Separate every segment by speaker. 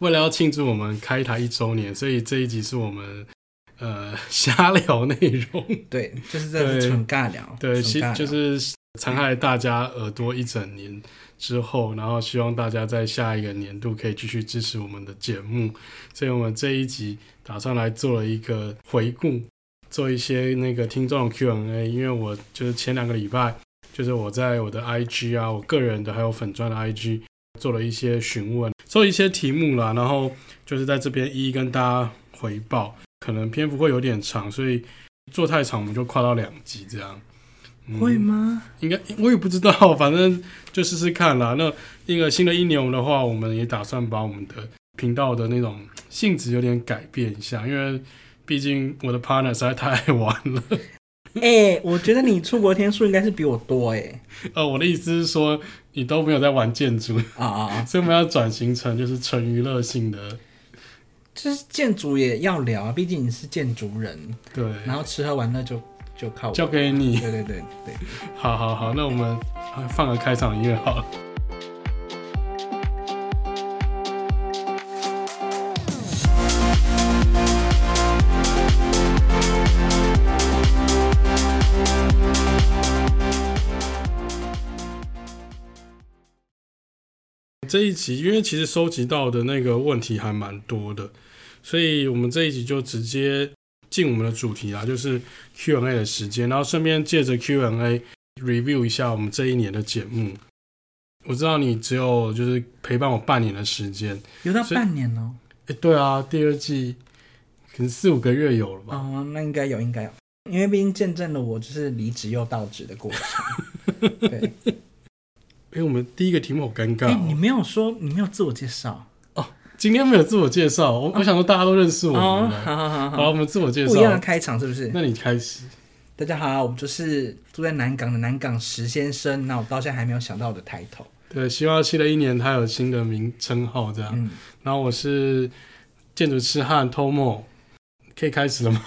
Speaker 1: 为了要庆祝我们开台一周年，所以这一集是我们呃 瞎聊内容。
Speaker 2: 对，就是这
Speaker 1: 对
Speaker 2: 是纯尬聊，
Speaker 1: 对，
Speaker 2: 纯
Speaker 1: 其
Speaker 2: 尬聊
Speaker 1: 就是残害大家耳朵一整年之后，然后希望大家在下一个年度可以继续支持我们的节目，所以我们这一集打算来做了一个回顾，做一些那个听众的 Q&A，因为我就是前两个礼拜，就是我在我的 IG 啊，我个人的还有粉钻的 IG 做了一些询问，做一些题目啦，然后就是在这边一一跟大家回报，可能篇幅会有点长，所以做太长我们就跨到两集这样。嗯
Speaker 2: 会吗？
Speaker 1: 应该我也不知道，反正就试试看啦。那那个新的一年我们的话，我们也打算把我们的频道的那种性质有点改变一下，因为毕竟我的 partner 实在太爱玩了。
Speaker 2: 哎、我觉得你出国天数应该是比我多哎、
Speaker 1: 呃，我的意思是说，你都没有在玩建筑，
Speaker 2: 啊啊啊！
Speaker 1: 所以我们要转型成就是纯娱乐性的。
Speaker 2: 就是建筑也要聊啊，毕竟你是建筑人，
Speaker 1: 对，
Speaker 2: 然后吃喝玩乐就就靠我。
Speaker 1: 交给你。
Speaker 2: 对对对对，
Speaker 1: 好好好，那我们啊放个开场音乐好了。这一集，因为其实收集到的那个问题还蛮多的，所以我们这一集就直接进我们的主题啦，就是 Q&A 的时间，然后顺便借着 Q&A review 一下我们这一年的节目。我知道你只有就是陪伴我半年的时间，
Speaker 2: 有到
Speaker 1: 所以
Speaker 2: 半年哦、
Speaker 1: 哎，对啊，第二季可能四五个月有了吧？
Speaker 2: 哦、那应该有，应该有，因为毕竟见证了我就是离职又到职的过 程。对，
Speaker 1: 啊哎，我们第一个题目好尴尬
Speaker 2: 哎、
Speaker 1: 哦、
Speaker 2: 嗯你没有说，你没有自我介绍
Speaker 1: 今天没有自我介绍，我我想说大家都认识我们了。
Speaker 2: 哦好嗯好
Speaker 1: 好了，我，们自我介
Speaker 2: 不一样的
Speaker 1: 绍，
Speaker 2: 开场是不是？
Speaker 1: 那你开始。
Speaker 2: 大家好，我们就是住在南港的南港石先生。那我到现在还没有想到我的抬头。
Speaker 1: 对，希望新的一年它有新的名称号这样。
Speaker 2: 嗯，
Speaker 1: 然后我是建筑痴汉 Tomo，可以开始了吗？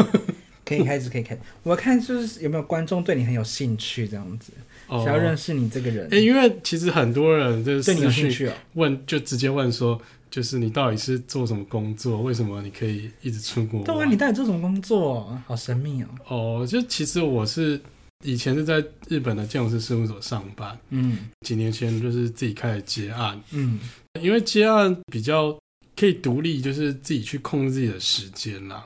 Speaker 2: 可以开始，可以开始。 我看就是有没有观众对你很有兴趣，这样子，
Speaker 1: 哦
Speaker 2: 想要认识你这个人，
Speaker 1: 欸，因为其实很多人就是
Speaker 2: 对你有
Speaker 1: 私
Speaker 2: 兴
Speaker 1: 讯
Speaker 2: 趣哦。
Speaker 1: 问，就直接问说，就是你到底是做什么工作？为什么你可以一直出国玩？
Speaker 2: 对啊，你到底做什么工作？好神秘哦。
Speaker 1: 哦，就其实我是以前是在日本的建筑师事务所上班，
Speaker 2: 嗯
Speaker 1: 几年前就是自己开始接案，
Speaker 2: 嗯，
Speaker 1: 因为接案比较可以独立，就是自己去控制自己的时间啦。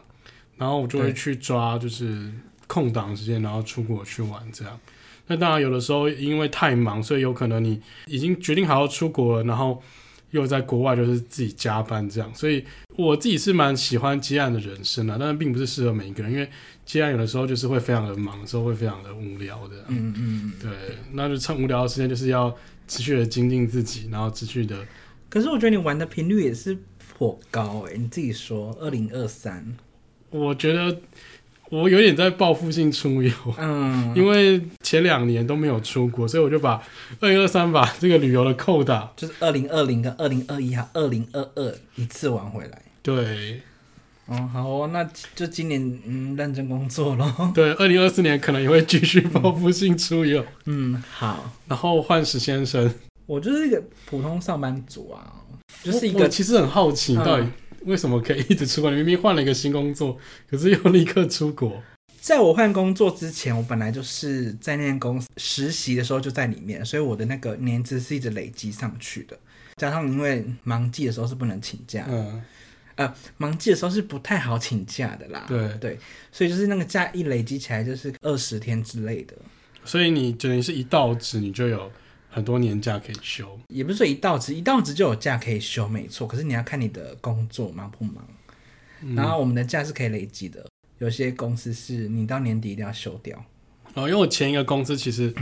Speaker 1: 然后我就会
Speaker 2: 对
Speaker 1: 去抓就是空档时间，然后出国去玩这样。那当然有的时候因为太忙，所以有可能你已经决定好要出国了，然后又在国外就是自己加班这样。所以我自己是蛮喜欢接案的人生啊啦，但是并不是适合每一个人，因为接案有的时候就是会非常的忙，有时候会非常的无聊的。
Speaker 2: 嗯嗯嗯。
Speaker 1: 对，那就趁无聊的时间，就是要持续的精进自己，然后持续的
Speaker 2: 可是我觉得你玩的频率也是颇高哎、你自己说，二零二三，
Speaker 1: 我觉得我有点在报复性出游，
Speaker 2: 嗯，
Speaker 1: 因为前两年都没有出国，所以我就把二零二三把这个旅游的扣打，
Speaker 2: 就是二零二零跟二零二一还二零二二一次玩回来。
Speaker 1: 对
Speaker 2: 哦，好哦，那就今年嗯认真工作咯。
Speaker 1: 对，二零二四年可能也会继续报复性出游，
Speaker 2: 嗯，好，
Speaker 1: 然后换石先生，
Speaker 2: 我就是一个普通上班族啊，就是一
Speaker 1: 我我
Speaker 2: 个
Speaker 1: 其实很好奇
Speaker 2: 嗯
Speaker 1: 到底。为什么可以一直出国？你明明换了一个新工作，可是又立刻出国。
Speaker 2: 在我换工作之前，我本来就是在那间公司实习的时候就在里面，所以我的那个年资是一直累积上去的。加上因为忙季的时候是不能请假，
Speaker 1: 嗯，
Speaker 2: 忙季的时候是不太好请假的啦。
Speaker 1: 对
Speaker 2: 对，所以就是那个假一累积起来就是二十天之类的，
Speaker 1: 所以你等于是一到职，你就有很多年假可以休。
Speaker 2: 也不是说一到职，一到职就有假可以休，没错。可是你要看你的工作忙不忙。
Speaker 1: 嗯
Speaker 2: 然后我们的假是可以累积的，有些公司是你到年底一定要休掉。
Speaker 1: 哦，因为我前一个公司其实，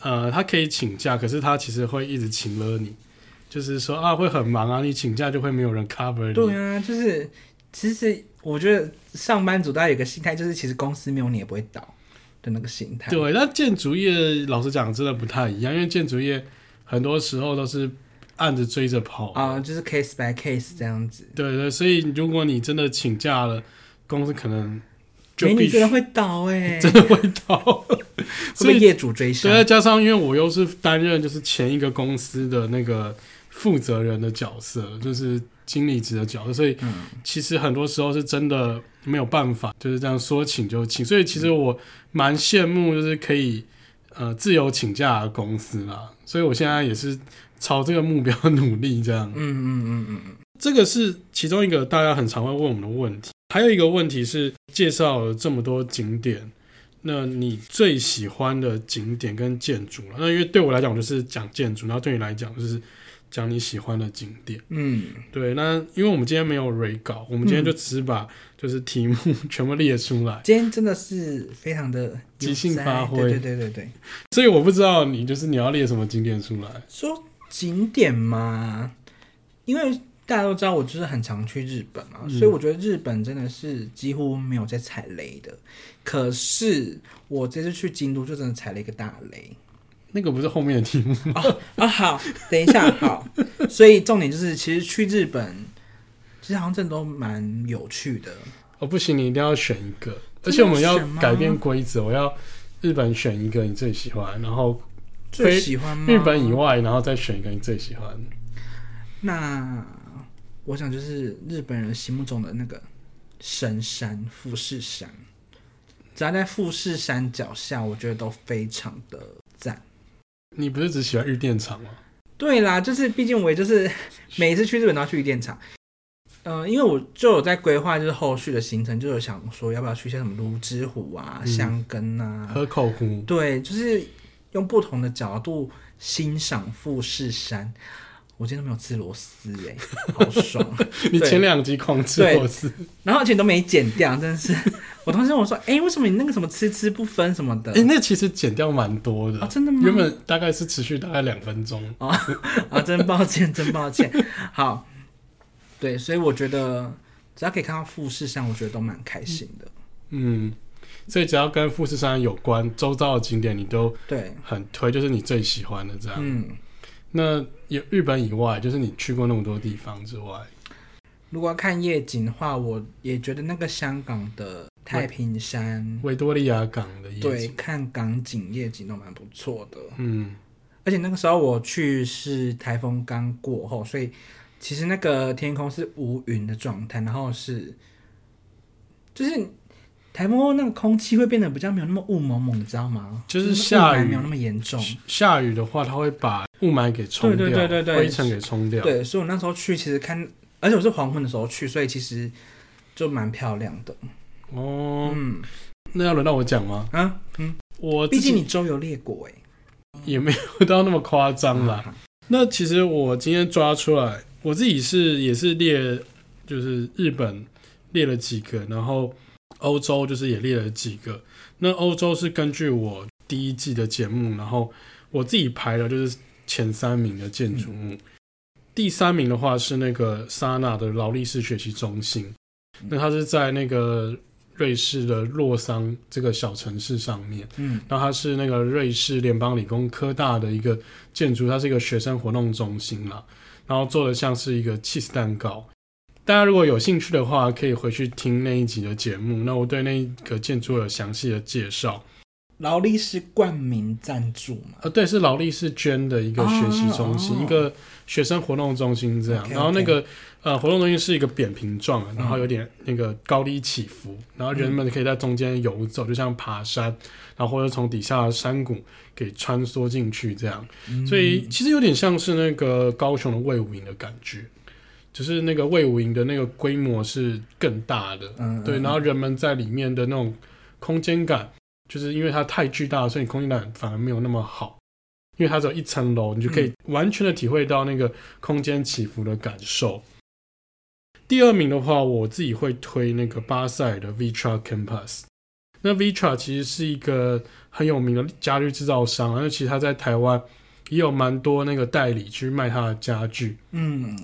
Speaker 1: 呃，他可以请假，可是他其实会一直请了你，就是说啊，会很忙啊，你请假就会没有人 cover 你。
Speaker 2: 对啊，就是其实我觉得上班族大家有个心态，就是其实公司没有你也不会倒的那个心态。
Speaker 1: 对，那建筑业老实讲真的不太一样，因为建筑业很多时候都是按着追着跑。
Speaker 2: 啊、就是 case by case 这样子，
Speaker 1: 对对，所以如果你真的请假了，公司可能就
Speaker 2: 美
Speaker 1: 必
Speaker 2: 女
Speaker 1: 须
Speaker 2: 真的会倒哎、
Speaker 1: 真
Speaker 2: 欸，
Speaker 1: 的会倒。所
Speaker 2: 会
Speaker 1: 以
Speaker 2: 被业主追杀
Speaker 1: 对，。啊再加上因为我又是担任就是前一个公司的那个负责人的角色，就是经理职的角色，所以
Speaker 2: 嗯
Speaker 1: 其实很多时候是真的没有办法，就是这样说请就请。所以其实我蛮羡慕，就是可以呃自由请假的公司啦。所以我现在也是朝这个目标努力，这样
Speaker 2: 嗯。嗯嗯嗯嗯，
Speaker 1: 这个是其中一个大家很常会问我们的问题。还有一个问题是，介绍了这么多景点，那你最喜欢的景点跟建筑啦那因为对我来讲，我就是讲建筑，然后对你来讲就是讲你喜欢的景点。
Speaker 2: 嗯，
Speaker 1: 对，那因为我们今天没有 re 稿，我们今天
Speaker 2: 嗯
Speaker 1: 就只是把就是题目 全部列出来，
Speaker 2: 今天真的是非常的
Speaker 1: 即兴发挥
Speaker 2: 对对对对对。
Speaker 1: 所以我不知道你就是你要列什么景点出来。
Speaker 2: 说景点嘛，因为大家都知道我就是很常去日本嘛，
Speaker 1: 嗯
Speaker 2: 所以我觉得日本真的是几乎没有在踩雷的。可是我这次去京都就真的踩了一个大雷
Speaker 1: 那个不是后面的题目，
Speaker 2: 啊！好，等一下，好，所以重点就是，其实去日本其实好像真的都蛮有趣的。
Speaker 1: 哦，不行，你一定要选一个，而
Speaker 2: 真的
Speaker 1: 且我们要
Speaker 2: 选吗
Speaker 1: 改变规则，我要日本选一个你最喜欢，然
Speaker 2: 哦
Speaker 1: 后
Speaker 2: 最喜欢吗
Speaker 1: 日本以，外，然后再选一个你最喜欢。
Speaker 2: 那我想就是日本人心目中的那个神山富士山，只要在富士山脚下，我觉得都非常的赞。
Speaker 1: 你不是只喜欢日电厂吗？
Speaker 2: 对啦，就是毕竟我也就是 每次去日本都要去一电厂。嗯、因为我就有在规划，就是后续的行程，就有想说要不要去一些什么泸沽湖啊、
Speaker 1: 嗯
Speaker 2: 箱根啊，
Speaker 1: 河口湖，
Speaker 2: 对，就是用不同的角度欣赏富士山。我今天都没有吃螺丝哎、好爽！
Speaker 1: 你
Speaker 2: 对
Speaker 1: 前两集狂吃
Speaker 2: 对
Speaker 1: 螺丝，
Speaker 2: 然后而且都没剪掉，真的是。我同事跟我说：“哎、为什么你那个什么吃吃不分什么的？”
Speaker 1: 哎、那其实减掉蛮多的，
Speaker 2: 啊，真的吗？
Speaker 1: 原本大概是持续大概两分钟。
Speaker 2: 啊，真抱歉，真抱歉。好，对，所以我觉得只要可以看到富士山，我觉得都蛮开心的。
Speaker 1: 嗯，所以只要跟富士山有关，周遭的景点你都
Speaker 2: 对，
Speaker 1: 很推，就是你最喜欢的这样。
Speaker 2: 嗯，
Speaker 1: 那有日本以外，就是你去过那么多地方之外，
Speaker 2: 如果要看夜景的话，我也觉得那个香港的太平山，
Speaker 1: 维多利亚港的夜
Speaker 2: 对，
Speaker 1: 景，
Speaker 2: 看港景夜景都蛮不错的。
Speaker 1: 嗯，
Speaker 2: 而且那个时候我去是台风刚过后，所以其实那个天空是无云的状态，然后是就是台风后那个空气会变得比较没有那么雾蒙蒙，你知道吗？
Speaker 1: 就是
Speaker 2: 雾
Speaker 1: 下
Speaker 2: 霾
Speaker 1: 雨
Speaker 2: 没有那么严重。
Speaker 1: 下雨的话，它会把雾霾给冲掉，
Speaker 2: 对对对对对
Speaker 1: 灰尘给冲掉。
Speaker 2: 对，所以我那时候去其实看，而且我是黄昏的时候去，所以其实就蛮漂亮的。
Speaker 1: 哦，
Speaker 2: 嗯
Speaker 1: 那要轮到我讲吗？
Speaker 2: 啊嗯，
Speaker 1: 我自
Speaker 2: 毕竟
Speaker 1: 己
Speaker 2: 你周游列国哎、
Speaker 1: 也没有到那么夸张啦。
Speaker 2: 嗯
Speaker 1: 那其实我今天抓出来，我自己是也是列，就是日本列了几个，然后欧洲就是也列了几个。那欧洲是根据我第一季的节目，然后我自己排的就是前三名的建筑物。第三名的话是那个萨纳的劳力士学习中心，那它是在那个瑞士的洛桑这个小城市上面。
Speaker 2: 嗯
Speaker 1: 那它是那个瑞士联邦理工科大的一个建筑，它是一个学生活动中心啦，然后做的像是一个 cheese 蛋糕。大家如果有兴趣的话，可以回去听那一集的节目。那我对那个建筑有详细的介绍。
Speaker 2: 劳力士冠名赞助嘛，
Speaker 1: 呃，对，是劳力士捐的一个学习中心，
Speaker 2: 哦
Speaker 1: 一个学生活动中心这样。
Speaker 2: OK，OK
Speaker 1: 然后那个呃活动中心是一个扁平状啊的，然后
Speaker 2: 嗯
Speaker 1: 有点那个高低起伏，然后人们可以在中间游走，就像爬山，然后或者从底下的山谷给穿梭进去这样。
Speaker 2: 嗯
Speaker 1: 所以其实有点像是那个高雄的魏武营的感觉，只是那个魏武营的那个规模是更大的。
Speaker 2: 嗯
Speaker 1: 对，
Speaker 2: 嗯
Speaker 1: 然后人们在里面的那种空间感，就是因为它太巨大了，所以空间感反而没有那么好。因为它只有一层楼，你就
Speaker 2: 嗯
Speaker 1: 可以完全的体会到那个空间起伏的感受。第二名的话，我自己会推那个巴塞尔的 Vitra Campus。那 Vitra 其实是一个很有名的家具制造商啊，那其实它在台湾也有蛮多那个代理去卖它的家具。
Speaker 2: 嗯
Speaker 1: 《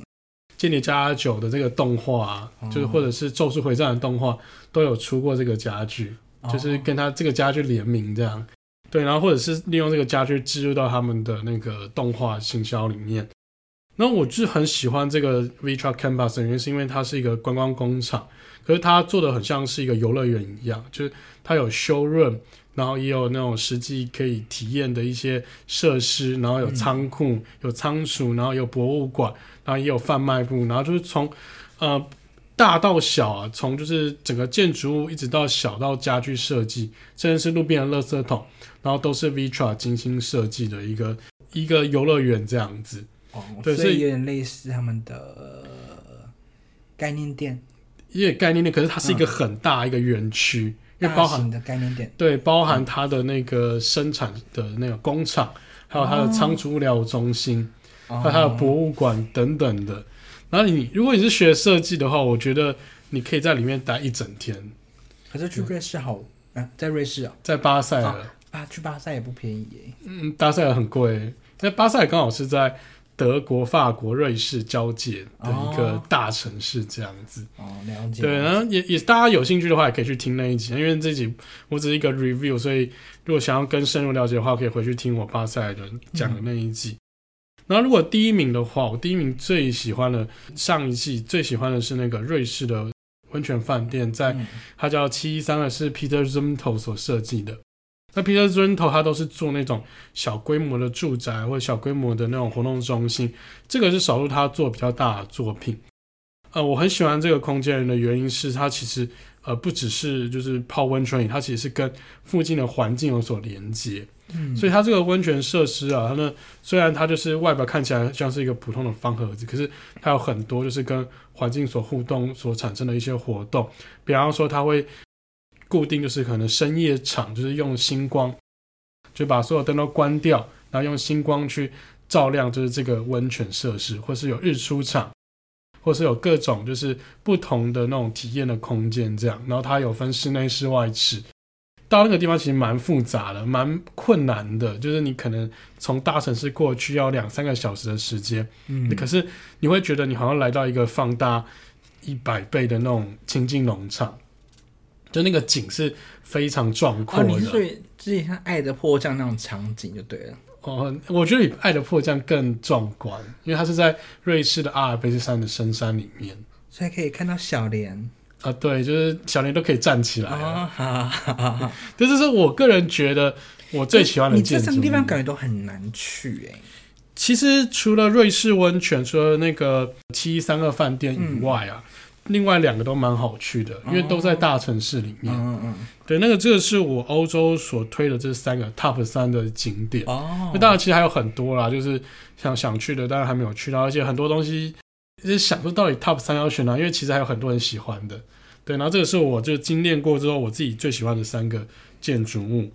Speaker 1: 间谍加加九》的这个动画、啊，
Speaker 2: 哦
Speaker 1: 就是或者是《咒术回战》的动画，都有出过这个家具，就是
Speaker 2: 哦
Speaker 1: 跟它这个家具联名这样。对，然后或者是利用这个家具植入到他们的那个动画行销里面。那我就是很喜欢这个 Vitra Campus 的原因，是因为它是一个观光工厂，可是它做的很像是一个游乐园一样，就是它有 showroom，然后也有那种实际可以体验的一些设施，然后有仓库、
Speaker 2: 嗯
Speaker 1: 有仓鼠，然后有博物馆，然后也有贩卖部，然后就是从呃大到小啊，从就是整个建筑物一直到小到家具设计，甚至是路边的垃圾桶，然后都是 Vitra 精心设计的一个一个游乐园这样子。
Speaker 2: 哦，
Speaker 1: 对
Speaker 2: 所
Speaker 1: 所
Speaker 2: 以
Speaker 1: 以
Speaker 2: 有点类似他们的呃概念店，
Speaker 1: 因为概念店，可是它是一个很大一个园区，因为包
Speaker 2: 嗯大
Speaker 1: 含
Speaker 2: 型的概念店。
Speaker 1: 对，包含它的那个生产的那个工厂，还有它的仓储物料中心，
Speaker 2: 哦
Speaker 1: 还有它的博物馆等等的。然后你如果你是学设计的话，我觉得你可以在里面待一整天。
Speaker 2: 可是去瑞士好，啊，在瑞士啊，
Speaker 1: 在巴塞尔，
Speaker 2: 啊，去巴塞也不便宜耶。
Speaker 1: 嗯，巴塞尔很贵，那巴塞尔刚好是在德国、法国、瑞士交界的一个
Speaker 2: 哦
Speaker 1: 大城市这样子。
Speaker 2: 哦，了解。
Speaker 1: 对，然后也也大家有兴趣的话，也可以去听那一集，因为这集我只是一个 review，所以如果想要更深入了解的话，可以回去听我巴塞的讲的那一集。然后如果第一名的话，我第一名最喜欢的上一季最喜欢的是那个瑞士的温泉饭店，在
Speaker 2: 嗯
Speaker 1: 它叫七一三二，是 Peter Zumthor 所设计的。那 Peter Zumthor 他都是做那种小规模的住宅或者小规模的那种活动中心，这个是少数他做比较大的作品。呃，我很喜欢这个空间的原因是，它其实呃不只是就是泡温泉，它其实是跟附近的环境有所连接。
Speaker 2: 嗯，
Speaker 1: 所以它这个温泉设施啊，它呢虽然它就是外表看起来像是一个普通的方盒子，可是它有很多就是跟环境所互动所产生的一些活动，比方说它会固定就是可能深夜场，就是用星光就把所有灯都关掉，然后用星光去照亮就是这个温泉设施，或是有日出场。或是有各种就是不同的那种体验的空间，这样，然后它有分室内、室外池，到那个地方其实蛮复杂的，蛮困难的，就是你可能从大城市过去要两三个小时的时间，
Speaker 2: 嗯，
Speaker 1: 可是你会觉得你好像来到一个放大一百倍的那种清境农场，就那个景是非常壮阔
Speaker 2: 哦，
Speaker 1: 的。
Speaker 2: 你是所以之前像《爱的迫降》那种场景就对了。
Speaker 1: 哦，我觉得比《爱的迫降》更壮观，因为它是在瑞士的阿尔卑斯山的深山里面
Speaker 2: 所以可以看到小莲
Speaker 1: 啊，对，就是小年都可以站起来了，
Speaker 2: 哦，好好好好，
Speaker 1: 这就是我个人觉得我 最喜欢的
Speaker 2: 你
Speaker 1: 建
Speaker 2: 这
Speaker 1: 筑物。
Speaker 2: 三个地方感觉都很难去哎。
Speaker 1: 其实除了瑞士温泉，除了那个七一三二饭店以外啊，另外两个都蛮好去的，因为都在大城市里面。
Speaker 2: 嗯嗯
Speaker 1: 对，那个这个是我欧洲所推的这三个 top 三的景点
Speaker 2: 嗯，。哦
Speaker 1: 那，当然其实还有很多啦，就是想想去的，但是还没有去到，而且很多东西就是想说到底 top 三要选哪、因为其实还有很多人喜欢的。对，然后这个是我就精炼过之后我自己最喜欢的三个建筑物。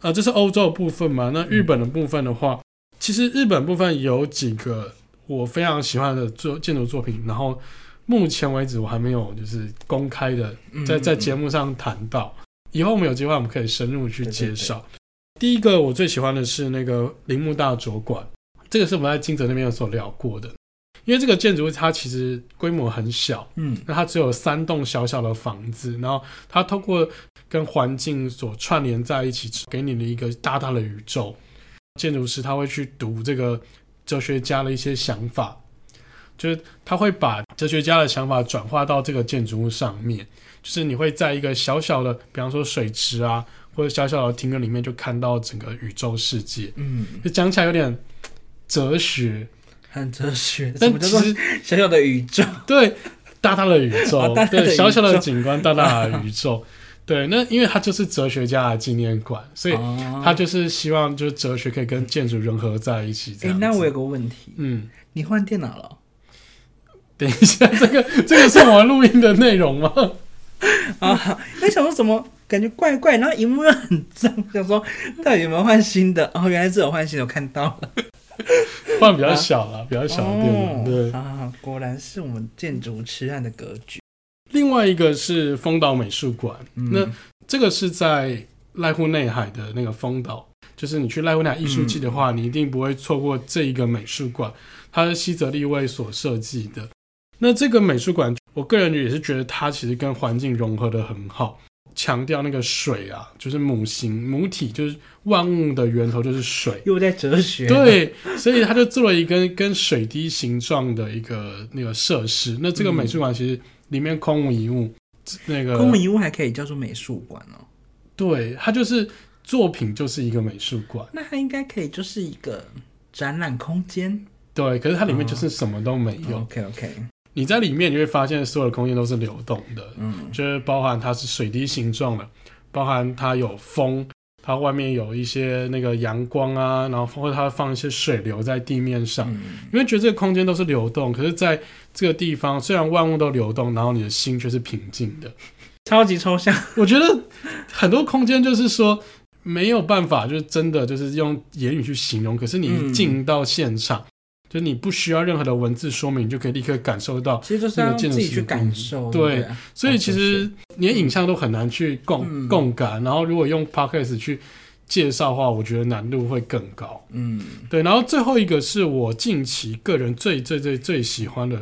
Speaker 1: 啊，这是欧洲的部分嘛？那日本的部分的话，其实日本部分有几个我非常喜欢的作建筑作品，然后目前为止我还没有就是公开的
Speaker 2: 嗯
Speaker 1: 在在节
Speaker 2: 目
Speaker 1: 目上谈到，以后我们有机会我们可以深入去介绍。
Speaker 2: 对
Speaker 1: 第一个我最喜欢的是那个铃木大酒馆，这个是我们在金泽那边有所聊过的，因为这个建筑物它其实规模很小，
Speaker 2: 嗯
Speaker 1: 那它只有三栋小小的房子，然后它透过跟环境所串联在一起，给你的一个大大的宇宙。建筑师他会去读这个哲学家的一些想法，就是他会把哲学家的想法转化到这个建筑物上面，就是你会在一个小小的，比方说水池啊，或者小小的庭院里面，就看到整个宇宙世界。
Speaker 2: 嗯，
Speaker 1: 就讲起来有点哲学，
Speaker 2: 很哲学，什
Speaker 1: 但
Speaker 2: 么叫
Speaker 1: 其
Speaker 2: 做
Speaker 1: 实
Speaker 2: 小小的宇宙？
Speaker 1: 对，大大的宇
Speaker 2: 啊
Speaker 1: 宙，
Speaker 2: 大大的宇宙
Speaker 1: 对，小小的景观，大大的宇宙。 对，那因为它就是哲学家的纪念馆，所以
Speaker 2: 他
Speaker 1: 他就是希望就是哲学可以跟建筑融合在一起这
Speaker 2: 哎，
Speaker 1: 样子。
Speaker 2: 那我有个问题，
Speaker 1: 嗯，
Speaker 2: 你换电脑了？
Speaker 1: 等一下，这个这个是我们录音的内容吗？
Speaker 2: 啊，那想说怎么感觉怪怪，然后荧幕又很脏， 想说到底有没有换新的？哦，原来是有换新的，我看到了。
Speaker 1: 换比较小了，比较小的电脑。
Speaker 2: 啊哦
Speaker 1: 对，
Speaker 2: 好好好，果然是我们建筑痴汉的格局。
Speaker 1: 另外一个是丰岛美术馆，
Speaker 2: 嗯
Speaker 1: 那这个是在濑户内海的那个丰岛，就是你去濑户内海艺术季的话，你一定不会错过这一个美术馆，它是西泽立卫所设计的。那这个美术馆，我个人也是觉得它其实跟环境融合的很好，强调那个水啊，就是母形母体，就是万物的源头就是水。
Speaker 2: 又在哲学，，
Speaker 1: 对，所以他就做了一根跟水滴形状的一个那个设施。那这个
Speaker 2: 嗯
Speaker 1: 美术馆其实里面空无一物，那个
Speaker 2: 空无一物还可以叫做美术馆哦。
Speaker 1: 对，它就是作品就是一个美术馆，
Speaker 2: 那它应该可以就是一个展览空间。哦
Speaker 1: 对，可是它里面就是什么都没有。
Speaker 2: OK OK，
Speaker 1: 你在里面你会发现所有的空间都是流动的，
Speaker 2: 嗯，
Speaker 1: 就是包含它是水滴形状的，包含它有风，它外面有一些那个阳光啊，然后或者它放一些水流在地面上，
Speaker 2: 嗯
Speaker 1: 因为觉得这个空间都是流动，可是在这个地方虽然万物都流动，然后你的心却是平静的。
Speaker 2: 超级抽象。
Speaker 1: 我觉得很多空间就是说没有办法，就是真的就是用言语去形容。可是你一
Speaker 2: 嗯
Speaker 1: 进到现场，就你不需要任何的文字说明，你就可以立刻感受到。
Speaker 2: 其实就是要自己去感受，
Speaker 1: 那个建
Speaker 2: 对
Speaker 1: 筑师
Speaker 2: 不对，
Speaker 1: 所以其实连影像都很难去共、
Speaker 2: 嗯
Speaker 1: 共感。然后如果用 podcast 去介绍的话，我觉得难度会更高。
Speaker 2: 嗯，
Speaker 1: 对，然后最后一个是我近期个人最最最最喜欢的，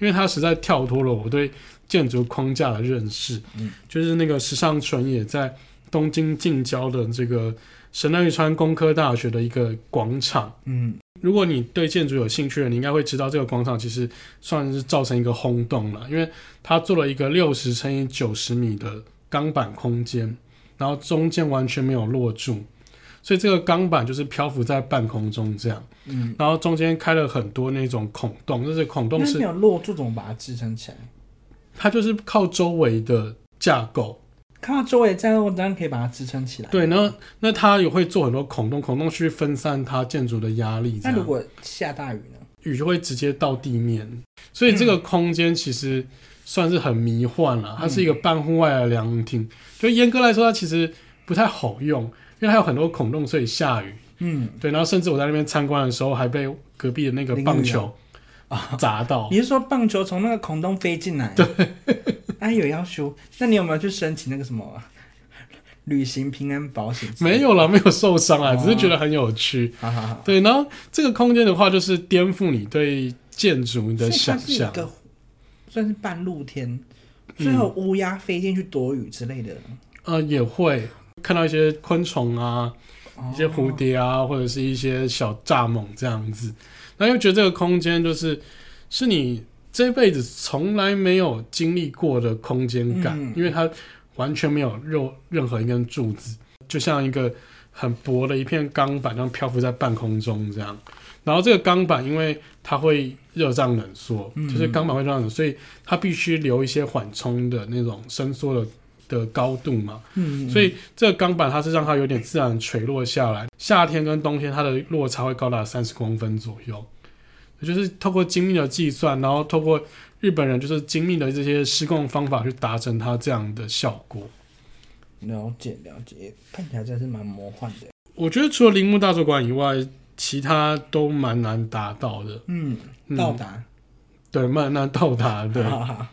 Speaker 1: 因为它实在跳脱了我对建筑框架的认识。
Speaker 2: 嗯，
Speaker 1: 就是那个时尚纯也在东京近郊的这个神奈川工科大学的一个广场。
Speaker 2: 嗯，
Speaker 1: 如果你对建筑有兴趣的，你应该会知道这个广场其实算是造成一个轰动了，因为它做了一个六十乘以九十米的钢板空间，然后中间完全没有落柱，所以这个钢板就是漂浮在半空中这样，
Speaker 2: 嗯，
Speaker 1: 然后中间开了很多那种孔洞，就是孔洞
Speaker 2: 那没
Speaker 1: 是
Speaker 2: 有落柱怎么把它支撑起来？
Speaker 1: 它就是靠周围的架构，
Speaker 2: 看到周围站，我当然可以把它支撑起来。
Speaker 1: 对，那那它也会做很多孔洞，孔洞去分散它建筑的压力这
Speaker 2: 那
Speaker 1: 样。
Speaker 2: 如果下大雨呢？
Speaker 1: 雨就会直接到地面，所以这个空间其实算是很迷幻
Speaker 2: 嗯
Speaker 1: 了。它是一个半户外的凉亭，就严格来说，它其实不太好用，因为它有很多孔洞，所以下雨。
Speaker 2: 嗯，
Speaker 1: 对，然后甚至我在那边参观的时候，还被隔壁的那个棒球砸到。
Speaker 2: 你是说棒球从那个孔洞飞进来？对， 哎有要修？那你有没有去申请那个什么旅行平安保险？
Speaker 1: 没，有了，没有受伤啊，
Speaker 2: 哦
Speaker 1: 只是觉得很有趣。
Speaker 2: 好好好，
Speaker 1: 对，然后这个空间的话，就是颠覆你对建筑的
Speaker 2: 所以
Speaker 1: 想
Speaker 2: 它是一
Speaker 1: 象。
Speaker 2: 个算是半露天，
Speaker 1: 嗯
Speaker 2: 最后乌鸦飞进去躲雨之类的，
Speaker 1: 呃，也会看到一些昆虫啊，
Speaker 2: 哦
Speaker 1: 一些蝴蝶啊，或者是一些小蚱蜢这样子。那又觉得这个空间就是是你这辈子从来没有经历过的空间感，
Speaker 2: 嗯
Speaker 1: 因为它完全没有任任何一根柱子，就像一个很薄的一片钢板，然后漂浮在半空中这样。然后这个钢板因为它会热胀冷缩，
Speaker 2: 嗯
Speaker 1: 就是钢板会热胀冷缩，所以它必须留一些缓冲的那种伸缩的的高度嘛。
Speaker 2: 嗯，
Speaker 1: 所以这个钢板它是让它有点自然垂落下来。夏天跟冬天它的落差会高达三十公分左右，也就是透过精密的计算，然后透过日本人就是精密的这些施工方法去达成它这样的效果。
Speaker 2: 嗯了解了解，看起来真是蛮魔幻的。
Speaker 1: 我觉得除了铃木大酒馆以外，其他都蛮难达到的，
Speaker 2: 嗯，
Speaker 1: 嗯
Speaker 2: 到达，
Speaker 1: 对，蛮难到达的。
Speaker 2: 好好好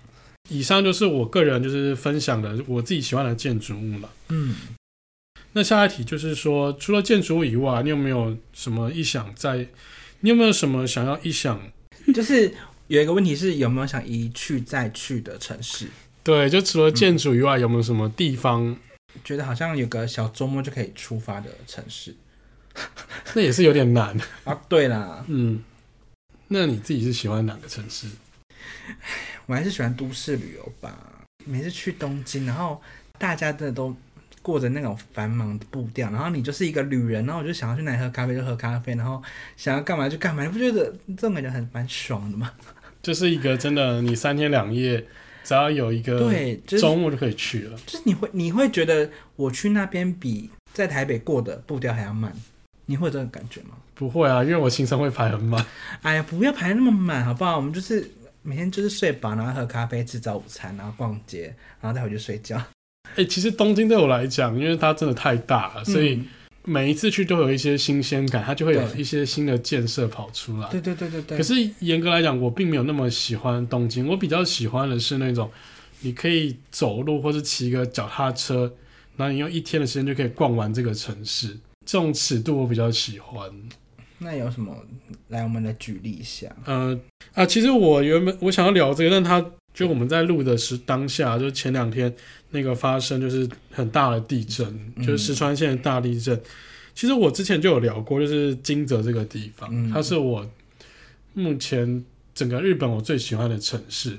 Speaker 1: 以上就是我个人就是分享的我自己喜欢的建筑物了。
Speaker 2: 嗯，
Speaker 1: 那下一题就是说，除了建筑物以外，你有没有什么意想在？你有没有什么想要意想？
Speaker 2: 就是有一个问题是有没有想一去再去的城市？
Speaker 1: 对，就除了建筑以外，有没有什么地方？
Speaker 2: 觉得好像有个小周末就可以出发的城市
Speaker 1: 那也是有点难。
Speaker 2: 啊。对啦，
Speaker 1: 嗯，那你自己是喜欢哪个城市？
Speaker 2: 我还是喜欢都市旅游吧。每次去东京，然后大家真的都过着那种繁忙的步调，然后你就是一个旅人，然后我就想要去哪里喝咖啡就喝咖啡，然后想要干嘛就干嘛，你不觉得这种感觉很蛮爽的吗？
Speaker 1: 就是一个真的，你三天两夜，只要有一个
Speaker 2: 对，就是
Speaker 1: 周末就可以去了。
Speaker 2: 就是你会你会觉得我去那边比在台北过的步调还要慢，你会有这种感觉吗？
Speaker 1: 不会啊，因为我行程会排很 满。
Speaker 2: 哎呀，不要排那么满好不好？我们就是每天就是睡饱，然后喝咖啡，吃早午餐，然后逛街，然后再回去睡觉。
Speaker 1: 哎、其实东京对我来讲，因为它真的太大了，所以
Speaker 2: 嗯
Speaker 1: 每一次去都有一些新鲜感，它就会有
Speaker 2: 对
Speaker 1: 一些新的建设跑出来。
Speaker 2: 对对对对对，
Speaker 1: 可是严格来讲，我并没有那么喜欢东京，我比较喜欢的是那种你可以走路或是骑个脚踏车，然后你用一天的时间就可以逛完这个城市，这种尺度我比较喜欢。
Speaker 2: 那有什么？来，我们来举例一下。
Speaker 1: 呃啊，其实我原本我想要聊这个，但他就我们在录的是当下，就是前两天那个发生就是很大的地震，
Speaker 2: 嗯
Speaker 1: 就是石川县的大地震。其实我之前就有聊过，就是金泽这个地方，
Speaker 2: 嗯
Speaker 1: 它是我目前整个日本我最喜欢的城市。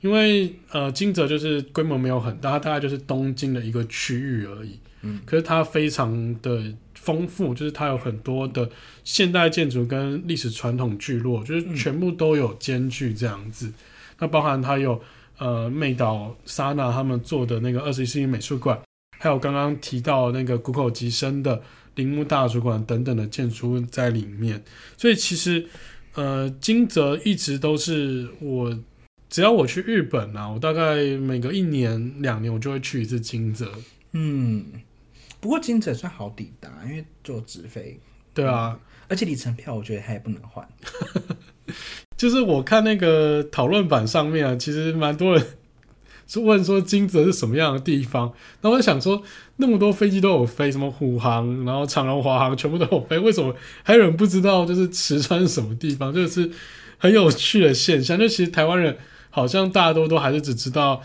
Speaker 1: 因为呃，金泽就是规模没有很大，它大概就是东京的一个区域而已。
Speaker 2: 嗯，
Speaker 1: 可是它非常的丰富，就是它有很多的现代建筑跟历史传统聚落，就是全部都有兼具这样子。那包含它有呃妹岛莎娜他们做的那个二十一世纪美术馆，还有刚刚提到那个谷口吉生的铃木大主管等等的建筑物在里面。所以其实呃，金泽一直都是我只要我去日本啊，我大概每隔一年两年我就会去一次金泽。
Speaker 2: 嗯，不过金泽算好抵达，因为坐直飞，
Speaker 1: 对啊，
Speaker 2: 而且里程票我觉得它也不能换。
Speaker 1: 就是我看那个讨论版上面啊，其实蛮多人是问说金泽是什么样的地方。那我就想说，那么多飞机都有飞，什么虎航，然后长荣、华航，全部都有飞，为什么还有人不知道就是池川是什么地方？就是很有趣的现象。就其实台湾人好像大多都还是只知道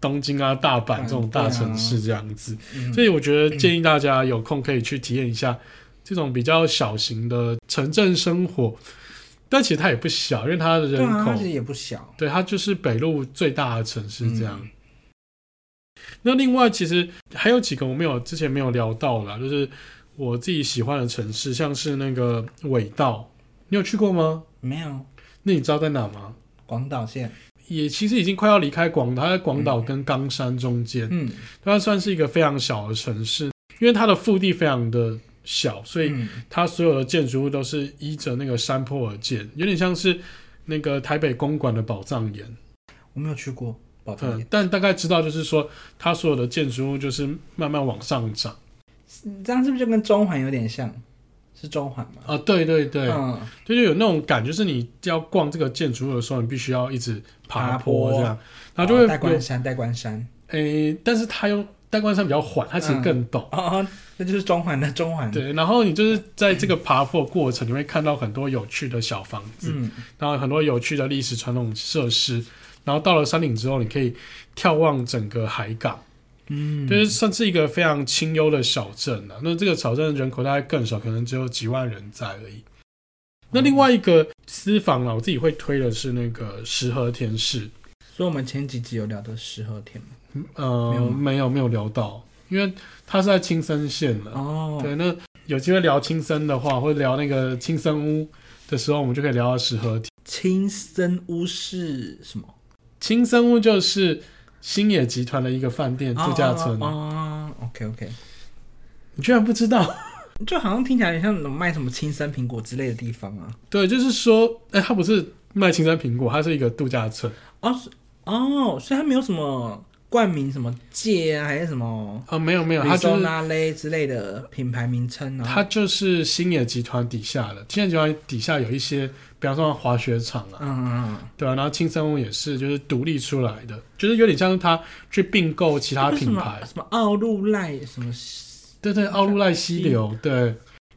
Speaker 1: 东京啊、大阪这种大城市这样子。
Speaker 2: 嗯，
Speaker 1: 所以我觉得建议大家有空可以去体验一下这种比较小型的城镇生活，但其实它也不小，因为它的
Speaker 2: 对
Speaker 1: 人
Speaker 2: 啊，
Speaker 1: 口
Speaker 2: 它其实也不小。
Speaker 1: 对，它就是北陆最大的城市这样。
Speaker 2: 嗯
Speaker 1: 那另外，其实还有几个我没有之前没有聊到啦，就是我自己喜欢的城市，像是那个尾道，你有去过吗？
Speaker 2: 没有
Speaker 1: 那你知道在哪吗？
Speaker 2: 广岛线，
Speaker 1: 也其实已经快要离开广岛，它在广岛跟冈山中间，
Speaker 2: 嗯，
Speaker 1: 它算是一个非常小的城市，因为它的腹地非常的小，所以
Speaker 2: 嗯
Speaker 1: 它所有的建筑物都是依着那个山坡而建，有点像是那个台北公馆的宝藏岩。
Speaker 2: 我没有去过宝藏
Speaker 1: 嗯
Speaker 2: 岩，，
Speaker 1: 但大概知道就是说，它所有的建筑物就是慢慢往上涨嗯
Speaker 2: 这样是不是就跟中环有点像？是中环吗？
Speaker 1: 啊。对对对，
Speaker 2: 嗯，
Speaker 1: 就是有那种感，就是你要逛这个建筑物的时候，你必须要一直爬
Speaker 2: 爬
Speaker 1: 坡
Speaker 2: 坡
Speaker 1: 这样，然后啊就会
Speaker 2: 代
Speaker 1: 有
Speaker 2: 官山，代官山，
Speaker 1: 诶、但是它用代官山比较缓，它其实
Speaker 2: 嗯
Speaker 1: 更陡。
Speaker 2: 哦，哦那就是中环的中环，，
Speaker 1: 对，然后你就是在这个爬坡过程，你会看到很多有趣的小房子，
Speaker 2: 嗯，
Speaker 1: 然后很多有趣的历史传统设施。然后到了山顶之后，你可以眺望整个海港，
Speaker 2: 嗯，
Speaker 1: 就是算是一个非常清幽的小镇了、那这个小镇人口大概更少，可能只有几万人在而已。
Speaker 2: 哦
Speaker 1: 那另外一个私房啊，我自己会推的是那个石河田市，
Speaker 2: 所以我们前几集有聊到石和田嘛，
Speaker 1: 嗯呃，
Speaker 2: 没有吗
Speaker 1: 没有没有聊到，因为它是在青森县的。
Speaker 2: 哦，
Speaker 1: 对，那有机会聊青森的话，或者聊那个青森屋的时候，我们就可以聊到石河田。
Speaker 2: 青森屋是什么？
Speaker 1: 青森屋就是星野集团的一个饭店度假村，
Speaker 2: 哦 o k OK，
Speaker 1: 你居然不知 道？
Speaker 2: 就好像听起来有点像那种卖什么青森苹果之类的地方啊。
Speaker 1: 对，就是说，哎、它不是卖青森苹果，它是一个度假村。
Speaker 2: 哦，是哦，所以它没有什么冠名什么界啊，还是什么
Speaker 1: 啊，没有没有，它
Speaker 2: 维
Speaker 1: 就
Speaker 2: 州
Speaker 1: 是
Speaker 2: 拉勒之类的品牌名称啊。
Speaker 1: 它就是星野集团底下的，星野集团底下有一些，比方说滑雪场啊，
Speaker 2: 嗯嗯嗯，
Speaker 1: 对啊，然后青森屋也是，就是独立出来的，就是有点像它去并购其他
Speaker 2: 那个什
Speaker 1: 品
Speaker 2: 么
Speaker 1: 牌，
Speaker 2: 什么奥路赖什么，
Speaker 1: 对对，奥路赖溪流，对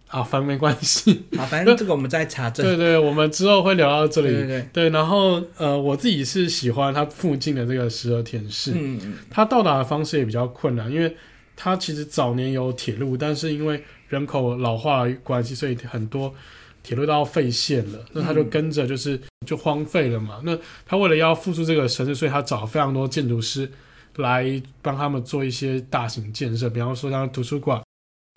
Speaker 1: 啊，反正没关系，
Speaker 2: 啊，反正这个我们再查证。
Speaker 1: 对对，我们之后会聊到这
Speaker 2: 对
Speaker 1: 里。
Speaker 2: 对对，
Speaker 1: 对，然后呃，我自己是喜欢它附近的这个石河田市，
Speaker 2: 嗯嗯
Speaker 1: 它到达的方式也比较困难，因为它其实早年有铁路，但是因为人口老化的关系，所以很多铁路都要废线
Speaker 2: 嗯
Speaker 1: 了，那它就跟着就是、就荒废了嘛。那它为了要复苏这个城市，所以它找非常多建筑师来帮他们做一些大型建设，比方说像图书馆，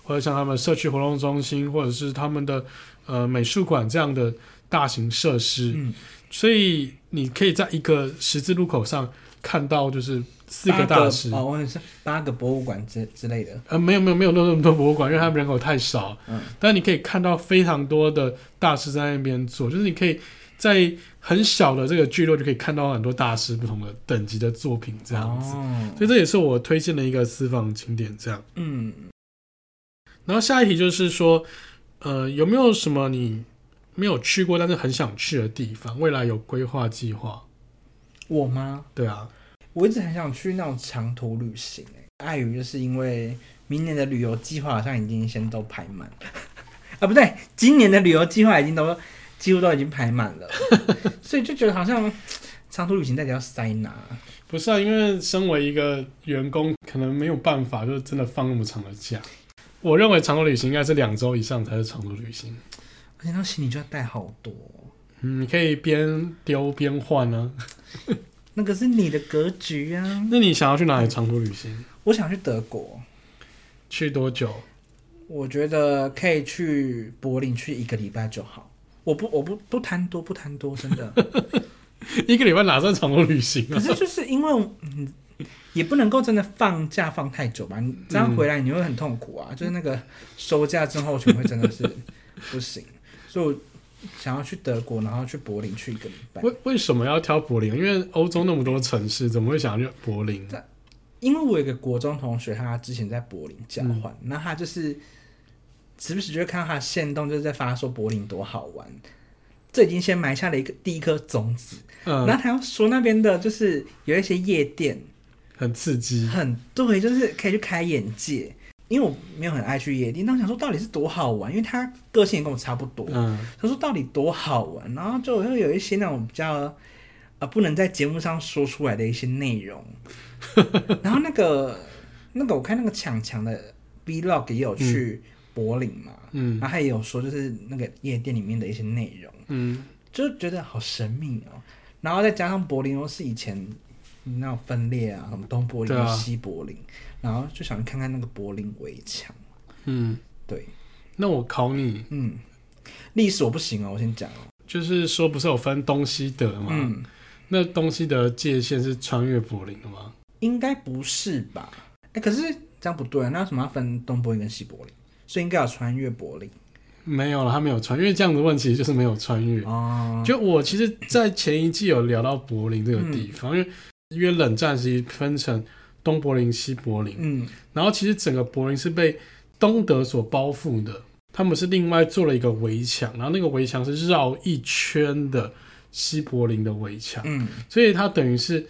Speaker 1: 或者像他们社区活动中心，或者是他们的呃美术馆这样的大型设施。
Speaker 2: 嗯，
Speaker 1: 所以你可以在一个十字路口上看到就是四个大师，
Speaker 2: 八个哦，我也是八个博物馆之之类的。
Speaker 1: 呃，没有没有没有那么多博物馆，因为他们人口太少，
Speaker 2: 嗯
Speaker 1: 但你可以看到非常多的大师在那边做，就是你可以在很小的这个聚落就可以看到很多大师不同的等级的作品这样子，
Speaker 2: 哦
Speaker 1: 所以这也是我推荐的一个私房景点这样。
Speaker 2: 嗯，
Speaker 1: 然后下一题就是说，呃，有没有什么你没有去过但是很想去的地方？未来有规划计划？
Speaker 2: 我吗？
Speaker 1: 对啊，
Speaker 2: 我一直很想去那种长途旅行、欸，碍于就是因为明年的旅游计划好像已经先都排满，啊不对，今年的旅游计划已经都几乎都已经排满 了，所以就觉得好像长途旅行到底要塞哪？
Speaker 1: 不是啊，因为身为一个员工，可能没有办法，就是真的放那么长的假。我认为长途旅行应该是两周以上才是长途旅行。
Speaker 2: 而且那行李就要带好多，
Speaker 1: 嗯，你可以边丢边换呢、
Speaker 2: 那个是你的格局啊。
Speaker 1: 啊那你想要去哪里长途旅行？
Speaker 2: 我想去德国，
Speaker 1: 去多久？
Speaker 2: 我觉得可以去柏林去一个礼拜就好。我不，我不不贪多，不贪多，真的。
Speaker 1: 一个礼拜哪算长途旅行
Speaker 2: 可
Speaker 1: 啊？
Speaker 2: 是就是因为嗯，也不能够真的放假放太久吧，你这样回来你会很痛苦啊。就是那个收假症候群会真的是 不行，所以我想要去德国，然后去柏林去一个礼拜。
Speaker 1: 为为什么要挑柏林？因为欧洲那么多城市，怎么会想要去柏林？
Speaker 2: 因为我有一个国中同学，他之前在柏林交换，那、他就是时不时就会看到他的线动，就是在发说柏林多好玩。这已经先埋下了一个第一颗种子，
Speaker 1: 嗯，
Speaker 2: 然后他又说那边的就是有一些夜店，
Speaker 1: 很刺激。
Speaker 2: 很对，就是可以去开眼界。因为我没有很爱去夜店，但我想说到底是多好玩，因为他个性也跟我差不多。
Speaker 1: 嗯，
Speaker 2: 他说到底多好玩，然后就会有一些那种比较呃不能在节目上说出来的一些内 容。然后那个那个我看那个强强的 vlog 也有去柏林嘛，
Speaker 1: 嗯
Speaker 2: 然后他也有说就是那个夜店里面的一些内容，
Speaker 1: 嗯，
Speaker 2: 就觉得好神秘哦。然后再加上柏林又是以前那种分裂啊，什么东柏林、
Speaker 1: 对啊
Speaker 2: 西柏林，然后就想看看那个柏林围墙。
Speaker 1: 嗯，
Speaker 2: 对，
Speaker 1: 那我考你，
Speaker 2: 嗯，历史我不行哦，我先讲哦，
Speaker 1: 就是说不是有分东西德吗？
Speaker 2: 嗯。
Speaker 1: 那东西德界限是穿越柏林的吗？
Speaker 2: 应该不是吧？哎、可是这样不对啊！那为什么要分东柏林跟西柏林？所以应该有穿越柏林
Speaker 1: 没有了，他没有穿越。这样的问题就是没有穿越。
Speaker 2: 哦。
Speaker 1: 就我其实，在前一季有聊到柏林这个地方，
Speaker 2: 嗯
Speaker 1: 因为因为冷战时期分成东柏林、西柏林，
Speaker 2: 嗯
Speaker 1: 然后其实整个柏林是被东德所包覆的，他们是另外做了一个围墙，然后那个围墙是绕一圈的西柏林的围墙，
Speaker 2: 嗯
Speaker 1: 所以它等于是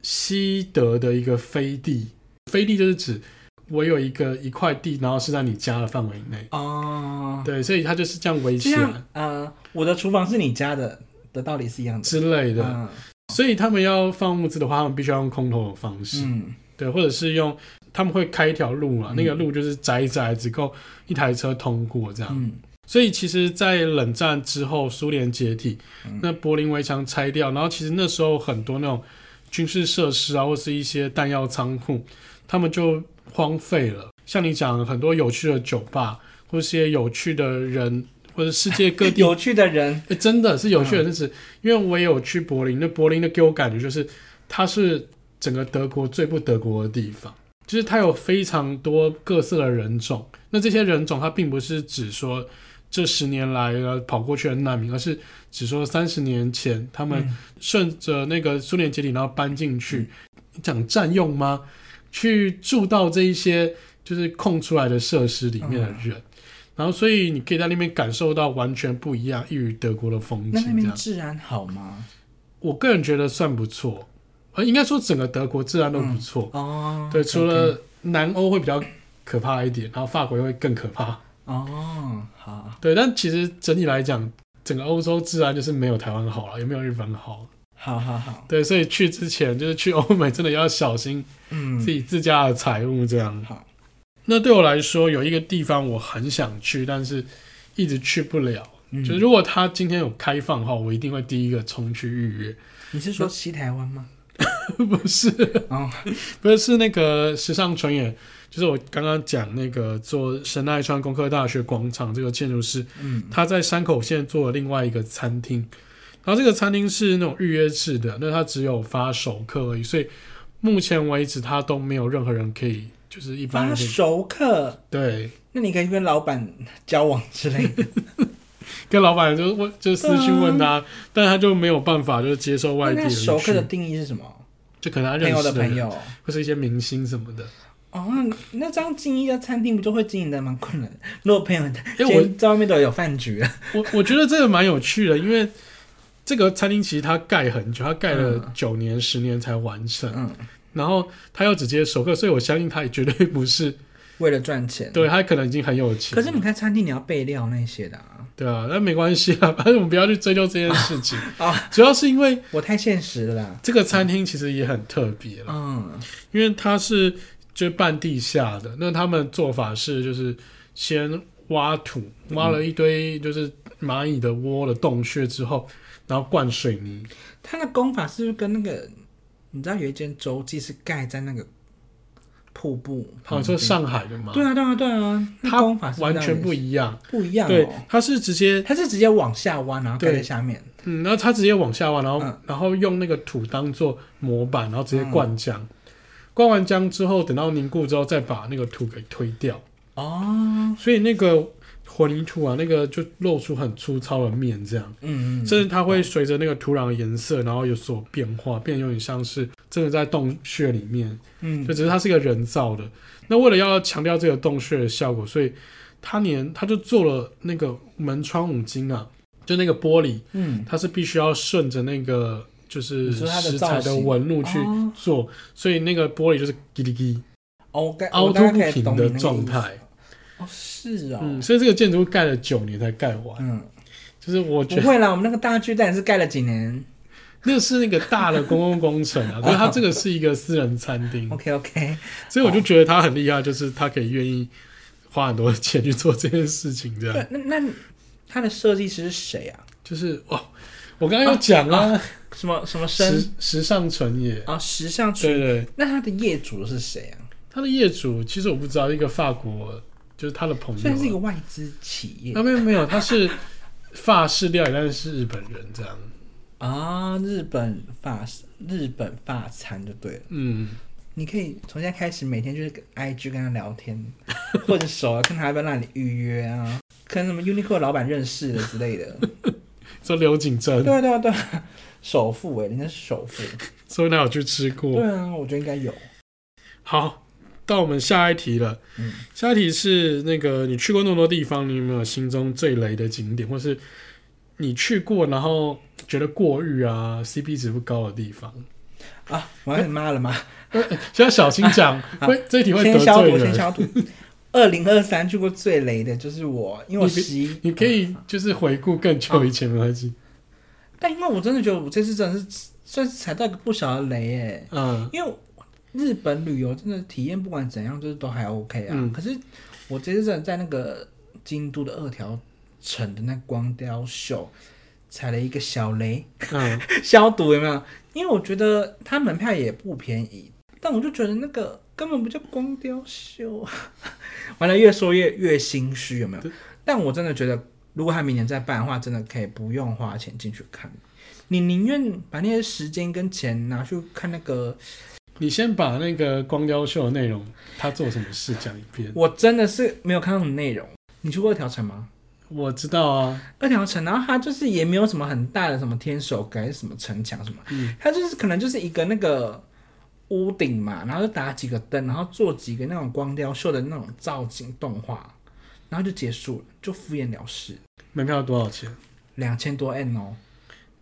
Speaker 1: 西德的一个飞地，飞地就是指我有一个一块地，然后是在你家的范围内，
Speaker 2: 哦，
Speaker 1: 对，所以它就是这样围
Speaker 2: 就
Speaker 1: 起来
Speaker 2: 像呃，我的厨房是你家的的道理是一样的。
Speaker 1: 之类的。
Speaker 2: 嗯
Speaker 1: 所以他们要放物资的话，他们必须要用空投的方式，
Speaker 2: 嗯
Speaker 1: 对，或者是用他们会开一条路嘛，
Speaker 2: 嗯
Speaker 1: 那个路就是窄窄，只够一台车通过这样。
Speaker 2: 嗯
Speaker 1: 所以其实，在冷战之后，苏联解体，
Speaker 2: 嗯
Speaker 1: 那柏林围墙拆掉，然后其实那时候很多那种军事设施啊，或是一些弹药仓库，他们就荒废了。像你讲很多有趣的酒吧，或是一些有趣的人，或者世界各地
Speaker 2: 有趣的人，
Speaker 1: 欸、真的是有趣的事情，因为我也有去柏林，那柏林的给我感觉就是它是整个德国最不德国的地方，就是它有非常多各色的人种。那这些人种，它并不是只说这十年来呃跑过去的难民，而是只说三十年前他们
Speaker 2: 嗯
Speaker 1: 顺着那个苏联解体，然后搬进去，讲占用吗？去住到这一些就是空出来的设施里面的人，然后所以你可以在那边感受到完全不一样，异于德国的风
Speaker 2: 那
Speaker 1: 景。
Speaker 2: 那
Speaker 1: 这
Speaker 2: 边
Speaker 1: 样，
Speaker 2: 治安好吗？
Speaker 1: 我个人觉得算不错，呃，应该说整个德国治安都不错。
Speaker 2: 哦，
Speaker 1: 对，
Speaker 2: OK
Speaker 1: 除了南欧会比较可怕一点，然后法国会更可怕。
Speaker 2: 哦，好
Speaker 1: 对，但其实整体来讲，整个欧洲治安就是没有台湾好了，也没有日本好。
Speaker 2: 好好好，
Speaker 1: 对，所以去之前就是去欧美，真的要小心
Speaker 2: 嗯
Speaker 1: 自，己自家的财物这样。
Speaker 2: 好，
Speaker 1: 那对我来说，有一个地方我很想去，但是一直去不了。
Speaker 2: 嗯
Speaker 1: 就是如果他今天有开放的话，我一定会第一个冲去预约。
Speaker 2: 你是说西台湾吗？
Speaker 1: 不是，
Speaker 2: 哦
Speaker 1: 不是是那个时尚纯野，就是我刚刚讲那个做神奈川工科大学广场这个建筑师，
Speaker 2: 嗯
Speaker 1: 他在山口县做了另外一个餐厅，然后这个餐厅是那种预约制的，那他只有发熟客而已，所以目前为止他都没有任何人可以，就是一般
Speaker 2: 发
Speaker 1: 人可以
Speaker 2: 熟客，
Speaker 1: 对
Speaker 2: 那你可以跟老板交往之类的。
Speaker 1: 跟老板就问，就私讯问他，但他就没有办法，就是接受外地
Speaker 2: 哦那
Speaker 1: 人
Speaker 2: 熟客的
Speaker 1: 去，
Speaker 2: 定义是什么？
Speaker 1: 就可能他
Speaker 2: 朋
Speaker 1: 认
Speaker 2: 友
Speaker 1: 识
Speaker 2: 的朋
Speaker 1: 人，
Speaker 2: 友。
Speaker 1: 或是一些明星什么的。
Speaker 2: 哦，那那这样经营一家餐厅，不就会经营的蛮困难的？如果朋友
Speaker 1: 因为
Speaker 2: 今
Speaker 1: 我
Speaker 2: 天在外面都有饭局啊了，
Speaker 1: 我我觉得这个蛮有趣的，因为这个餐厅其实它盖很久，它盖了
Speaker 2: 嗯
Speaker 1: 九年、十年才完成，
Speaker 2: 嗯，
Speaker 1: 然后他又只接熟客，所以我相信他也绝对不是，
Speaker 2: 为了赚钱。
Speaker 1: 对他可能已经很有钱
Speaker 2: 嗯可
Speaker 1: 了。
Speaker 2: 是你看餐厅，你要备料那些的啊，
Speaker 1: 对啊，那没关系啊，反 正我们不要去追究这件事 情。
Speaker 2: 啊
Speaker 1: 主要是因为
Speaker 2: 我太现实了啦。
Speaker 1: 这个餐厅其实也很特别了，
Speaker 2: 嗯
Speaker 1: 因为它是就是半地下的，那他们做法是就是先挖土，
Speaker 2: 嗯
Speaker 1: 挖了一堆就是蚂蚁的窝的洞穴之后，然后灌水泥，
Speaker 2: 他的功法是不是跟那个你知道有一间洲际是盖在那个瀑布
Speaker 1: 好
Speaker 2: 旁
Speaker 1: 哦说
Speaker 2: 边。
Speaker 1: 上海的嘛，
Speaker 2: 嗯对啊，对啊，对啊，那
Speaker 1: 它
Speaker 2: 功法是
Speaker 1: 完全不
Speaker 2: 一
Speaker 1: 一样。
Speaker 2: 不一样
Speaker 1: 对
Speaker 2: 哦，，
Speaker 1: 它是直接，
Speaker 2: 它是直接往下弯，然后盖
Speaker 1: 对
Speaker 2: 在下面。
Speaker 1: 嗯，然后它直接往下挖，然后、
Speaker 2: 嗯
Speaker 1: 然后用那个土当做模板，然后直接灌浆。灌完浆之后，等到凝固之后，再把那个土给推掉。
Speaker 2: 哦，
Speaker 1: 所以那个混凝土啊，那个就露出很粗糙的面，这样，
Speaker 2: 嗯，嗯
Speaker 1: 甚至它会随着那个土壤的颜色，然后有所变化，变得有点像是真的在洞穴里面，
Speaker 2: 嗯
Speaker 1: 就只是它是一个人造的。那为了要强调这个洞穴的效果，所以它连它就做了那个门窗五金啊，就那个玻璃，
Speaker 2: 嗯，
Speaker 1: 它是必须要顺着那个就是
Speaker 2: 你说它的
Speaker 1: 石
Speaker 2: 造
Speaker 1: 材的
Speaker 2: 型
Speaker 1: 纹路去
Speaker 2: 哦
Speaker 1: 做，所以那个玻璃就是叽哩叽
Speaker 2: 哦，我该
Speaker 1: 凹
Speaker 2: 我
Speaker 1: 凸
Speaker 2: 大
Speaker 1: 不
Speaker 2: 概可以
Speaker 1: 平
Speaker 2: 懂你
Speaker 1: 的
Speaker 2: 那个
Speaker 1: 状
Speaker 2: 意思
Speaker 1: 态。
Speaker 2: 哦，是哦，
Speaker 1: 嗯，所以这个建筑物盖了九年才盖完，
Speaker 2: 嗯，
Speaker 1: 就是我觉
Speaker 2: 不
Speaker 1: 得
Speaker 2: 会啦，我们那个大巨蛋是盖了几年
Speaker 1: 嗯那是那个大的公共工程 啊，就是它这个是一个私人餐厅，
Speaker 2: ？OK OK，
Speaker 1: 所以
Speaker 2: 哦
Speaker 1: 我就觉得他很厉害，就是他可以愿意花很多钱去做这件事情，这
Speaker 2: 对
Speaker 1: 样，
Speaker 2: 那那他的设计师是谁啊？
Speaker 1: 就是哇，我刚刚有讲
Speaker 2: 哦
Speaker 1: 啊，
Speaker 2: 什么什么
Speaker 1: 时
Speaker 2: 生
Speaker 1: 时尚纯也，
Speaker 2: 啊？时尚
Speaker 1: 对
Speaker 2: 区？
Speaker 1: 对，
Speaker 2: 那他的业主是谁啊？
Speaker 1: 他的业主其实我不知道，一个法国就是他的朋
Speaker 2: 所以他是一
Speaker 1: 友
Speaker 2: 个
Speaker 1: 啊，
Speaker 2: 外资企业
Speaker 1: 啊没有没有，他是法式料理，但是是日本人这样，
Speaker 2: 啊，日本法日本法餐就对了。
Speaker 1: 嗯，
Speaker 2: 你可以从现在开始每天就是跟 IG 跟他聊天， 混熟啊，看他要不要让你预约啊，跟什么 Uniqlo 老板认识的之类 的。
Speaker 1: 说刘景正，
Speaker 2: 对啊对啊对啊，首富哎、人家是首富。
Speaker 1: 所以他有去吃过，
Speaker 2: 对啊，我觉得应该有。
Speaker 1: 好，到我们下一题了。
Speaker 2: 嗯
Speaker 1: 下一题是那个你去过那么多地方，你有没有心中最雷的景点，或是你去过然后觉得过誉啊，CP 值不高的地方？
Speaker 2: 啊，我要你妈了吗？
Speaker 1: 现在小心 讲，
Speaker 2: 好
Speaker 1: 会这一题会得
Speaker 2: 先消
Speaker 1: 罪
Speaker 2: 毒，先
Speaker 1: 人。
Speaker 2: 消毒。二零二三去过最雷的就是我，因为我
Speaker 1: 你可
Speaker 2: 十一，嗯
Speaker 1: 你可以就是回顾更久以前的东西。
Speaker 2: 但因为我真的觉得我这次真的是算是踩到一个不小的雷哎，
Speaker 1: 嗯，
Speaker 2: 因为日本旅游真的体验不管怎样就是都还 OK 啊，
Speaker 1: 嗯
Speaker 2: 可是我这次真的在那个京都的二条城的那光雕秀踩了一个小雷，
Speaker 1: 嗯，
Speaker 2: 消毒有没有？因为我觉得它门票也不便宜，但我就觉得那个根本不叫光雕秀， 完了越说越越心虚，有没有
Speaker 1: 对？
Speaker 2: 但我真的觉得，如果他明年再办的话，真的可以不用花钱进去看。你宁愿把那些时间跟钱拿去看那个，
Speaker 1: 你先把那个光雕秀的内容，他做什么事讲一遍。
Speaker 2: 我真的是没有看到什么内容。你去过二条城吗？
Speaker 1: 我知道啊，
Speaker 2: 二条城，然后它就是也没有什么很大的什么天守阁、还是什么城墙什么，
Speaker 1: 嗯
Speaker 2: 它就是可能就是一个那个屋顶嘛，然后就打几个灯，然后做几个那种光雕秀的那种造景动画，然后就结束了，就敷衍了事，
Speaker 1: 门票多少钱？
Speaker 2: 两千多 N 哦。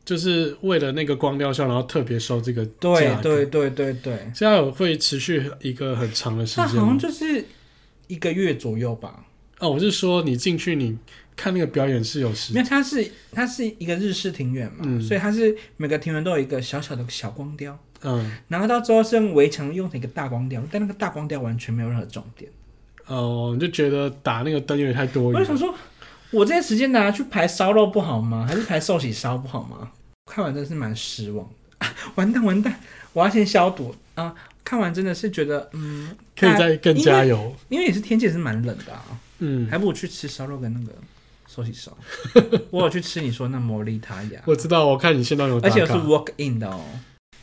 Speaker 1: 就是为了那个光雕秀，然后特别收这个
Speaker 2: 对
Speaker 1: 价格
Speaker 2: 对对对对，
Speaker 1: 现在有会持续一个很长的时
Speaker 2: 它
Speaker 1: 间
Speaker 2: 好
Speaker 1: 吗
Speaker 2: 像就是一个月左右吧。
Speaker 1: 哦，我是说你进去你看那个表演是有时
Speaker 2: 没有，它是它是一个日式庭院嘛，
Speaker 1: 嗯
Speaker 2: 所以它是每个庭院都有一个小小的小光雕。
Speaker 1: 嗯
Speaker 2: 然后到最后是用围墙用成一个大光雕，但那个大光雕完全没有任何重点。
Speaker 1: 哦，你就觉得打那个灯有点太多余
Speaker 2: 我就想
Speaker 1: 了。
Speaker 2: 说，我这些时间拿去排烧肉不好吗？还是排寿喜烧不好吗？看完真是蛮失望的、啊完蛋完蛋，我要先消毒啊！看完真的是觉得，嗯，
Speaker 1: 可以再更加油。
Speaker 2: 因为也是天气也是蛮冷的啊，
Speaker 1: 嗯，
Speaker 2: 还不如去吃烧肉跟那个寿喜烧。我有去吃你说那摩利塔雅，
Speaker 1: 我知道，我看你现在有打
Speaker 2: 而且我是
Speaker 1: 卡。
Speaker 2: walk in 的哦。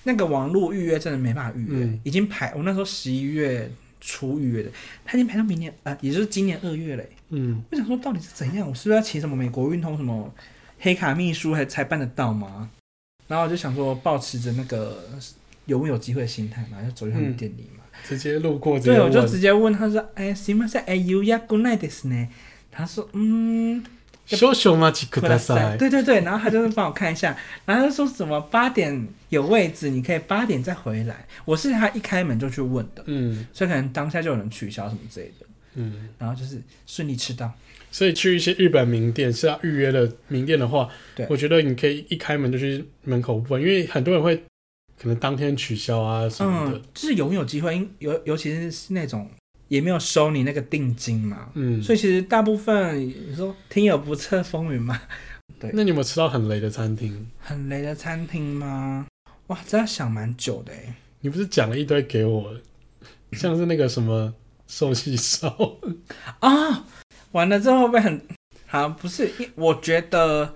Speaker 2: 那个网络预约真的没办法预约，
Speaker 1: 嗯
Speaker 2: 已经排我那时候十一月初预约的，他已经排到明年啊、呃也就是今年二月嘞。
Speaker 1: 嗯，
Speaker 2: 我想说到底是怎样？我是不是要请什么美国运通什么黑卡秘书还才办得到吗？然后我就想说，保持着那个有没有机会的心态嘛，就走进他们店里嘛。
Speaker 1: 直接路过这
Speaker 2: 嗯对，我
Speaker 1: 个
Speaker 2: 就直接问他说：“哎，行吗？是哎，you ya good night ですね？”他说：“嗯，
Speaker 1: 秀秀马吉克大赛。
Speaker 2: 对对对，然后他就是帮我看一下，然后他就说什么八点有位置，你可以八点再回来。我是他一开门就去问的，
Speaker 1: 嗯
Speaker 2: 所以可能当下就有人取消什么之类的，
Speaker 1: 嗯，
Speaker 2: 然后就是顺利吃到。
Speaker 1: 所以去一些日本名店是要预约的名店的话
Speaker 2: 对，
Speaker 1: 我觉得你可以一开门就去门口问，因为很多人会可能当天取消啊什么的
Speaker 2: 嗯。，就是有没有机会，因尤尤其是那种也没有收你那个定金嘛，
Speaker 1: 嗯，
Speaker 2: 所以其实大部分你说听友不测风云嘛，
Speaker 1: 那你有没有吃到很雷的餐厅？
Speaker 2: 很雷的餐厅吗？哇，这要想蛮久的哎。
Speaker 1: 你不是讲了一堆给我，像是那个什么寿喜烧，
Speaker 2: 啊、完了之后会不会很好？不是，因我觉得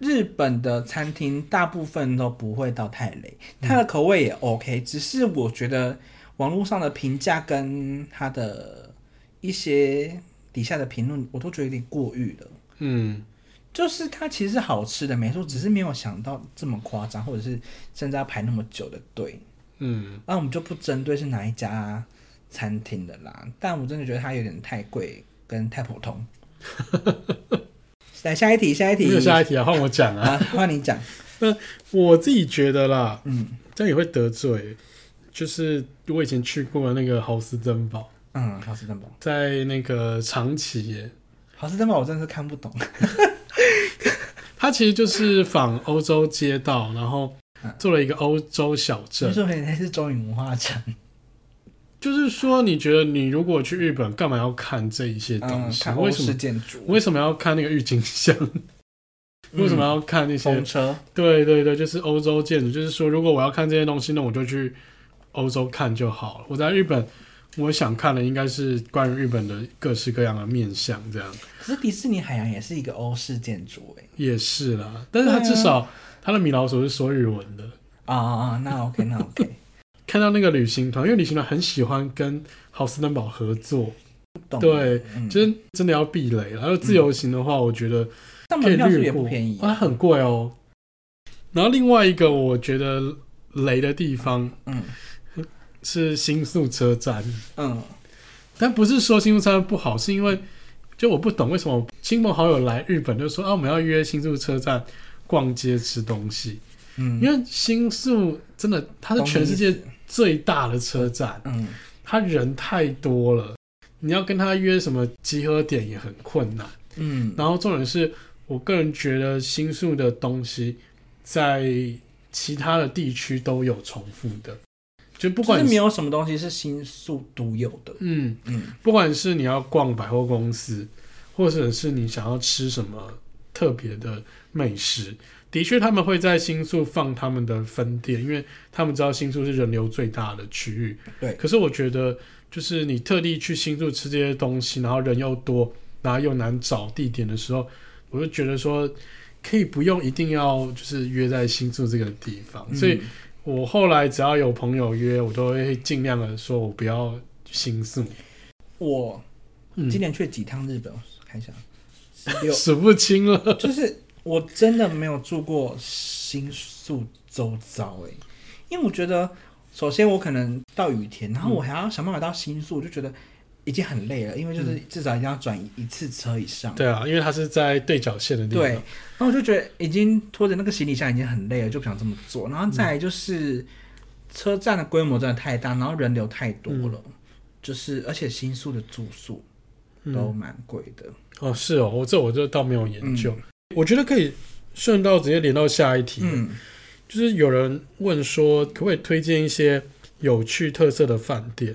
Speaker 2: 日本的餐厅大部分都不会到太雷，它的口味也 OK，、只是我觉得网络上的评价跟它的一些底下的评论，我都觉得有点过誉了。
Speaker 1: 嗯，
Speaker 2: 就是它其实是好吃的，没错，只是没有想到这么夸张，或者是甚至要排那么久的队。
Speaker 1: 嗯，
Speaker 2: 那、我们就不针对是哪一家餐厅的啦，但我真的觉得它有点太贵跟太 普通。来下一题，下一
Speaker 1: 没
Speaker 2: 题，
Speaker 1: 有下一题啊，换我讲啊。
Speaker 2: 啊，换你讲。
Speaker 1: 我自己觉得啦，
Speaker 2: 嗯
Speaker 1: 这样也会得罪。就是我以前去过的那个豪斯珍堡，
Speaker 2: 嗯，好吃登堡，
Speaker 1: 在那个长崎耶，
Speaker 2: 好吃登堡我真的是看 不
Speaker 1: 啊
Speaker 2: 懂。
Speaker 1: 它其实就是仿欧洲街道，然后
Speaker 2: 嗯
Speaker 1: 做了一个欧洲小镇
Speaker 2: 听。说很像是中影文化城，
Speaker 1: 就是说，你觉得你如果去日本，干嘛要看这一些东
Speaker 2: 嗯，
Speaker 1: 西？
Speaker 2: 看欧
Speaker 1: 为什
Speaker 2: 式
Speaker 1: 么
Speaker 2: 建筑，
Speaker 1: 为什么要看那个郁金香？ 为什么要看那
Speaker 2: 嗯
Speaker 1: 些？
Speaker 2: 风车？
Speaker 1: 对对对，就是欧洲建筑。就是说，如果我要看这些东西，那我就去欧洲看就好了。我在日本，我想看的应该是关于日本的各式各样的面相，这样
Speaker 2: 可是迪士尼海洋也是一个欧式建筑哎、
Speaker 1: 也是啦。但是它
Speaker 2: 对啊
Speaker 1: 至少它的米老鼠是说日文的。
Speaker 2: 啊啊啊，那 OK，那 OK，
Speaker 1: 看到那个旅行团，因为旅行团很喜欢跟豪斯登堡合作，
Speaker 2: 懂。
Speaker 1: 对，
Speaker 2: 嗯，
Speaker 1: 就是真的要避雷啦。然后自由行的话，我觉得
Speaker 2: 但
Speaker 1: 可以
Speaker 2: 门票是不是
Speaker 1: 略
Speaker 2: 也
Speaker 1: 过，
Speaker 2: 不便宜
Speaker 1: 啊，很贵哦。然后另外一个我觉得雷的地方
Speaker 2: 嗯
Speaker 1: 是新宿车站，
Speaker 2: 嗯，
Speaker 1: 但不是说新宿车站不好，是因为就我不懂为什么亲朋好友来日本就说啊，我们要约新宿车站逛街吃东西，
Speaker 2: 嗯
Speaker 1: 因为新宿真的它是
Speaker 2: 懂你
Speaker 1: 全世
Speaker 2: 意
Speaker 1: 界
Speaker 2: 思
Speaker 1: 最大的车站，
Speaker 2: 嗯
Speaker 1: 它人太多了，你要跟他约什么集合点也很困难。
Speaker 2: 嗯，
Speaker 1: 然后重点是我个人觉得新宿的东西在其他的地区都有重复的，就不
Speaker 2: 就是
Speaker 1: 管
Speaker 2: 没
Speaker 1: 是
Speaker 2: 有什么东西是新宿独有的。
Speaker 1: 嗯，
Speaker 2: 嗯
Speaker 1: 不管是你要逛百货公司，或者是你想要吃什么特别的美食，的确他们会在新宿放他们的分店，因为他们知道新宿是人流最大的区域。
Speaker 2: 对
Speaker 1: 可是我觉得，就是你特地去新宿吃这些东西，然后人又多，然后又难找地点的时候，我就觉得说，可以不用一定要就是约在新宿这个地方，
Speaker 2: 嗯
Speaker 1: 所以。我后来只要有朋友约，我都会尽量的说，我不要新宿。
Speaker 2: 我
Speaker 1: 嗯
Speaker 2: 今年去了几趟日本，我看一下，六
Speaker 1: 数不清了。
Speaker 2: 就是我真的没有住过新宿周遭哎、欸因为我觉得首先我可能到羽田，然后我还要想办法到新宿，我就觉得已经很累了，因为就是至少一定要转一次车以上。
Speaker 1: 对啊，因为它是在对角线的地
Speaker 2: 对，
Speaker 1: 方
Speaker 2: 然。后我就觉得已经拖着那个行李箱已经很累了，就不想这么做。然后再来就是车站的规模真的太大，然后人流太多了，就是而且新宿的住宿都
Speaker 1: 嗯，
Speaker 2: 蛮贵的。
Speaker 1: 哦，是哦，我这我就倒没有研究。
Speaker 2: 嗯
Speaker 1: 我觉得可以顺道直接连到下一题，
Speaker 2: 嗯，
Speaker 1: 就是有人问说，可不可以推荐一些有趣特色的饭店？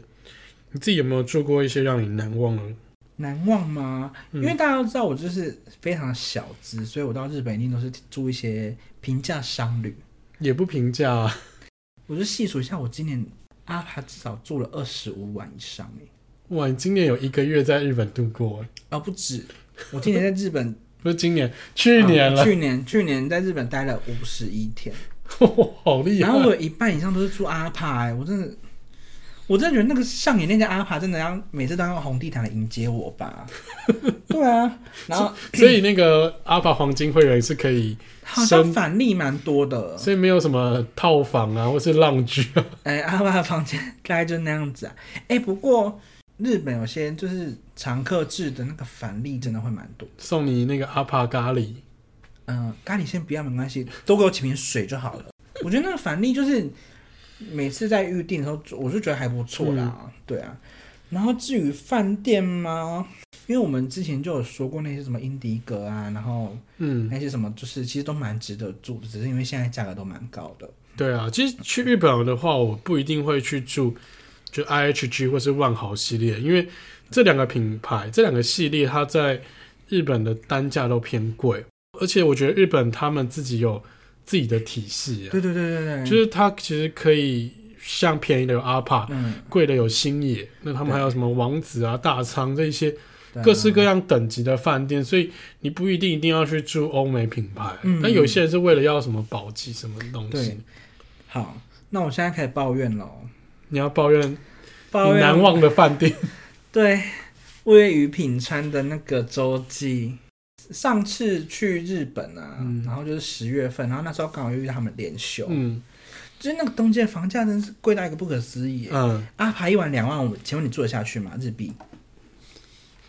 Speaker 1: 你自己有没有住过一些让你难忘的？
Speaker 2: 难忘吗？
Speaker 1: 嗯
Speaker 2: 因为大家都知道我就是非常小资，所以我到日本一定都是住一些平价商旅。
Speaker 1: 也不评价、啊，
Speaker 2: 我就细数一下，我今年阿帕至少住了二十五晚以上诶，
Speaker 1: 哇，你今年有一个月在日本度过，
Speaker 2: 啊不止，我今年在日本
Speaker 1: 不是今年，去年
Speaker 2: 啊
Speaker 1: 了，
Speaker 2: 去年去年在日本待了五十一天，
Speaker 1: 好厉害
Speaker 2: 然！后我有一半以上都是住阿帕哎、我真的。我真的觉得那个上演那家阿帕真的要每次都要用红地毯来迎接我吧？对啊，然后
Speaker 1: 所以那个阿法黄金会员是可以，
Speaker 2: 好像
Speaker 1: 生
Speaker 2: 反例蛮多的。
Speaker 1: 所以没有什么套房啊，或是浪居啊。
Speaker 2: 哎，阿爸的房间大概就那样子啊。哎，不过日本有些就是常客制的那个返利真的会蛮多。
Speaker 1: 送你那个阿帕咖喱，
Speaker 2: 嗯、咖喱先不要没关系，多给我几瓶水就好了。我觉得那个返利就是每次在预定的时候，我就觉得还不错啦。
Speaker 1: 嗯
Speaker 2: 对啊，然后至于饭店嘛，因为我们之前就有说过那些什么英迪格啊，然后
Speaker 1: 嗯，
Speaker 2: 那些什么，就是其实都蛮值得住的，只是因为现在价格都蛮高的。
Speaker 1: 对啊，其实去日本的话，我不一定会去住就 IHG 或是万豪系列，因为这两个品牌、这两个系列，它在日本的单价都偏贵，而且我觉得日本他们自己有自己的体系啊，
Speaker 2: 对对对对对，
Speaker 1: 就是它其实可以像便宜的有阿帕，
Speaker 2: 嗯，
Speaker 1: 贵的有星野，那他们
Speaker 2: 对
Speaker 1: 还有什么王子啊、大仓这一些
Speaker 2: 对啊
Speaker 1: 各式各样等级的饭店，所以你不一定一定要去住欧美品牌，
Speaker 2: 嗯
Speaker 1: 但有些人是为了要什么保级什么东
Speaker 2: 对
Speaker 1: 西，
Speaker 2: 好，那我现在开始抱怨喽，
Speaker 1: 你要抱怨
Speaker 2: 抱
Speaker 1: 你
Speaker 2: 怨
Speaker 1: 难忘的饭 店，
Speaker 2: 对，位于品川的那个洲际，上次去日本啊，
Speaker 1: 嗯
Speaker 2: 然后就是十月份，然后那时候刚好又遇到他们连休，
Speaker 1: 嗯
Speaker 2: 就是那个东京的房价真是贵到一个不可思议耶、
Speaker 1: 嗯，
Speaker 2: 啊！排一碗两万五，请问你住得下去吗？日币，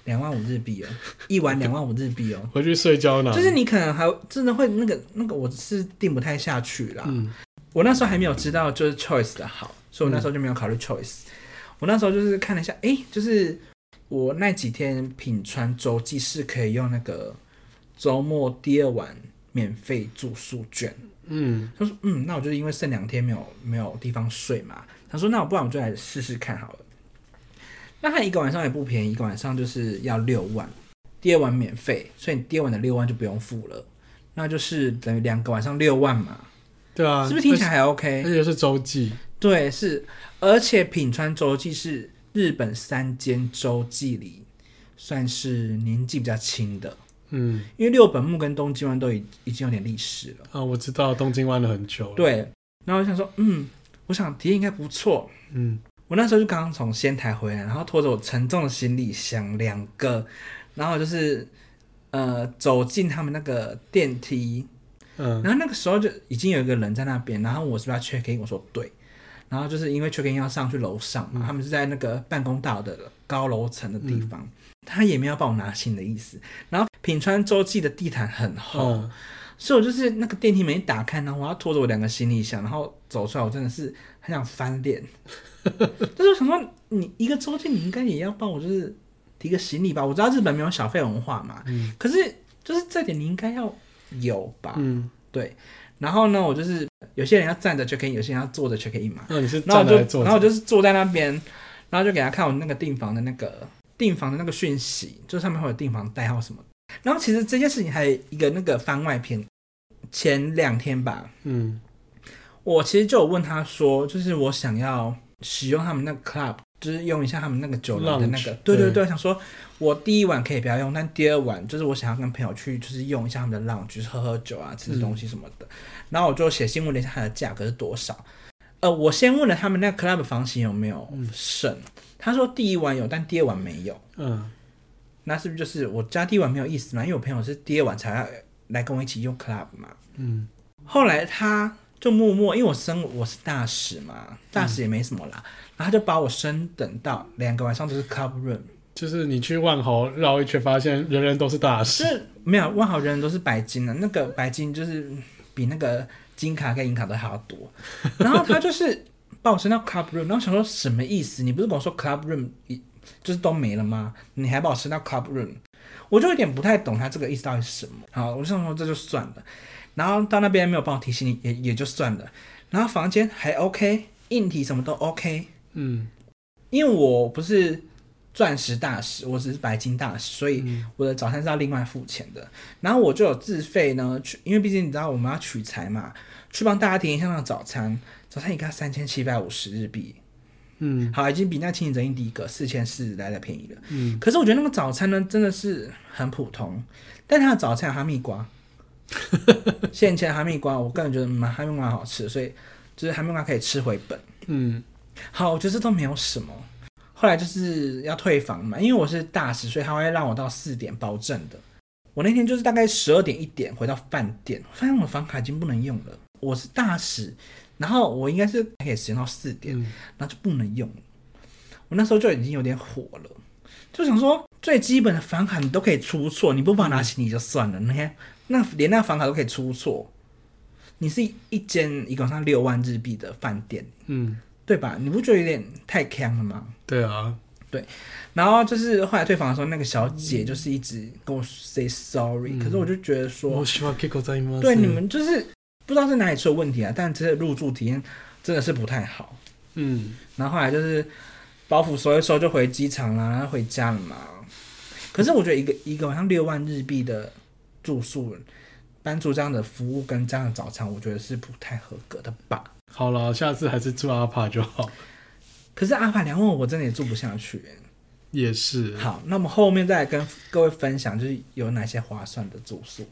Speaker 2: 两万五 日币哦，一碗两万五日币哦，
Speaker 1: 回去睡觉呢，
Speaker 2: 就是你可能还真的会那个那个，我是定不太下去啦。
Speaker 1: 嗯
Speaker 2: 我那时候还没有知道就是 choice 的好，所以我那时候就没有考虑 choice。我那时候就是看了一下，诶，就是我那几天品川洲际是可以用那个周末第二晚免费住宿券。
Speaker 1: 嗯
Speaker 2: 他说，嗯，那我就是因为剩两天没有没有地方睡嘛。他说，那我不然我就来试试看好了。那他一个晚上也不便宜，一个晚上就是要六万，第二晚免费，所以你第二晚的六万就不用付了，那就是等于两个晚上六万嘛，
Speaker 1: 对啊，
Speaker 2: 是不是听起来还
Speaker 1: 而
Speaker 2: OK？
Speaker 1: 且？而且是洲际，
Speaker 2: 对，是，而且品川洲际是日本三间洲际里算是年纪比较轻的，
Speaker 1: 嗯
Speaker 2: 因为六本木跟东京湾都已已经有点历史了。
Speaker 1: 啊，我知道东京湾了很久了，，
Speaker 2: 对，然后我想说，嗯，我想体验应该不错。
Speaker 1: 嗯
Speaker 2: 我那时候就刚刚从仙台回来，然后拖着我沉重的行李箱两个，然后就是呃走进他们那个电梯，
Speaker 1: 嗯
Speaker 2: 然后那个时候就已经有一个人在那边，然后我是不是要 check in？我说对，然后就是因为 check in 要上去楼上嘛，
Speaker 1: 嗯
Speaker 2: 他们是在那个办公大楼的高楼层的地方，他也没有帮我拿行李的意思。然后品川洲际的地毯很厚，
Speaker 1: 嗯，
Speaker 2: 所以我就是那个电梯门一打开，然后我要拖着我两个行李箱，然后走出来，我真的是很想 翻脸。但是我想说，你一个周记，你应该也要帮我就是提个行李吧？我知道日本没有小费文化嘛，
Speaker 1: 嗯
Speaker 2: 可是就是这点你应该要有吧？
Speaker 1: 嗯，
Speaker 2: 对。然后呢，我就是有些人要站着 check in，有些人要坐着 check in 嘛。
Speaker 1: 那你是
Speaker 2: 然后
Speaker 1: 站着
Speaker 2: 我
Speaker 1: 还是
Speaker 2: 就
Speaker 1: 坐
Speaker 2: 然后我
Speaker 1: 着？
Speaker 2: 就是坐在那边，然后就给他看我那个订房的那个订房的那个讯息，就上面会有订房代号什么的。然后其实这件事情还有一个那个番外篇，前两天吧，
Speaker 1: 嗯
Speaker 2: 我其实就有问他说，就是我想要使用他们那个 club，就是用一下他们那个酒楼的那个
Speaker 1: Lounge，
Speaker 2: 对对
Speaker 1: 对
Speaker 2: 对，想说我第一晚可以不要用，但第二晚就是我想要跟朋友去，就是用一下他们的 lounge，就是喝喝酒啊，吃吃东西什么的。然后我就写信问了一下它的价格是多少。呃，我先问了他们那个 club 房型有没有剩，他说第一晚有，但第二晚没有。
Speaker 1: 嗯
Speaker 2: 那是不是就是我加第一晚没有意思嘛？因为我朋友是第二晚才来来跟我一起用 club 嘛。
Speaker 1: 嗯
Speaker 2: 后来他就默默，因为我升我是大使嘛，大使也没什么啦，然后他就把我升等到两个晚上都是 club room，
Speaker 1: 就是你去万豪绕一圈，发现人人都是大
Speaker 2: 就
Speaker 1: 师。
Speaker 2: 是没有万豪人人都是白金的，那个白金就是比那个金卡跟银卡都还要多，然后他就是把我升到 club room，然后我想说什么意思？你不是跟我说 club room 一就是都没了吗？你还把我升到 club room，我就有点不太懂他这个意思到底是什么。好，我就想说这就算了，然后到那边没有帮我提醒你也也就算了，然后房间还 OK，硬体什么都 OK，
Speaker 1: 嗯
Speaker 2: 因为我不是钻石大使，我只是白金大使，所以我的早餐是要另外付钱的。然后我就有自费呢，去，因为毕竟你知道我们要取材嘛，去帮大家点一下那个早餐，早餐一个三千七百五十日币，
Speaker 1: 嗯
Speaker 2: 好，已经比那亲子人印第一个四千四来的便宜了。
Speaker 1: 嗯，
Speaker 2: 可是我觉得那个早餐呢，真的是很普通，但它的早餐有哈密瓜，现切的哈密瓜，我个人觉得蛮哈密瓜好吃，所以就是哈密瓜可以吃回本。
Speaker 1: 嗯
Speaker 2: 好，我觉得这都没有什么。后来就是要退房嘛，因为我是大使，所以他会让我到四点保证的。我那天就是大概十二点一点回到饭店，发现我的房卡已经不能用了。我是大使，然后我应该是可以时间到四点，
Speaker 1: 嗯
Speaker 2: 然后就不能用了。我那时候就已经有点火了，就想说最基本的房卡你都可以出错，你不帮我拿行李就算了，你看那连那房卡都可以出错，你是一间一个晚上六万日币的饭店，
Speaker 1: 嗯，
Speaker 2: 对吧？你不觉得有点太强了吗？
Speaker 1: 对啊，
Speaker 2: 然后就是后来退房的时候，那个小姐就是一直跟我 say sorry，、可是我就觉得说
Speaker 1: 我，希望 Kiko 在吗？
Speaker 2: 对你，们就是不知道是哪里出了问题啊，但这入住体验真的是不太好。
Speaker 1: 嗯
Speaker 2: 然后后来就是包袱收一收就回机场啦，然后回家了嘛。可是我觉得一个一个晚上六万日币的住宿，班助这样的服务跟这样的早餐，我觉得是不太合格的吧。
Speaker 1: 好啦，下次还是住阿帕就好。
Speaker 2: 可是阿法两问我真的也做不下去欸耶。
Speaker 1: 也是，
Speaker 2: 好，那我们后面再来跟各位分享，就是有哪些划算的住宿。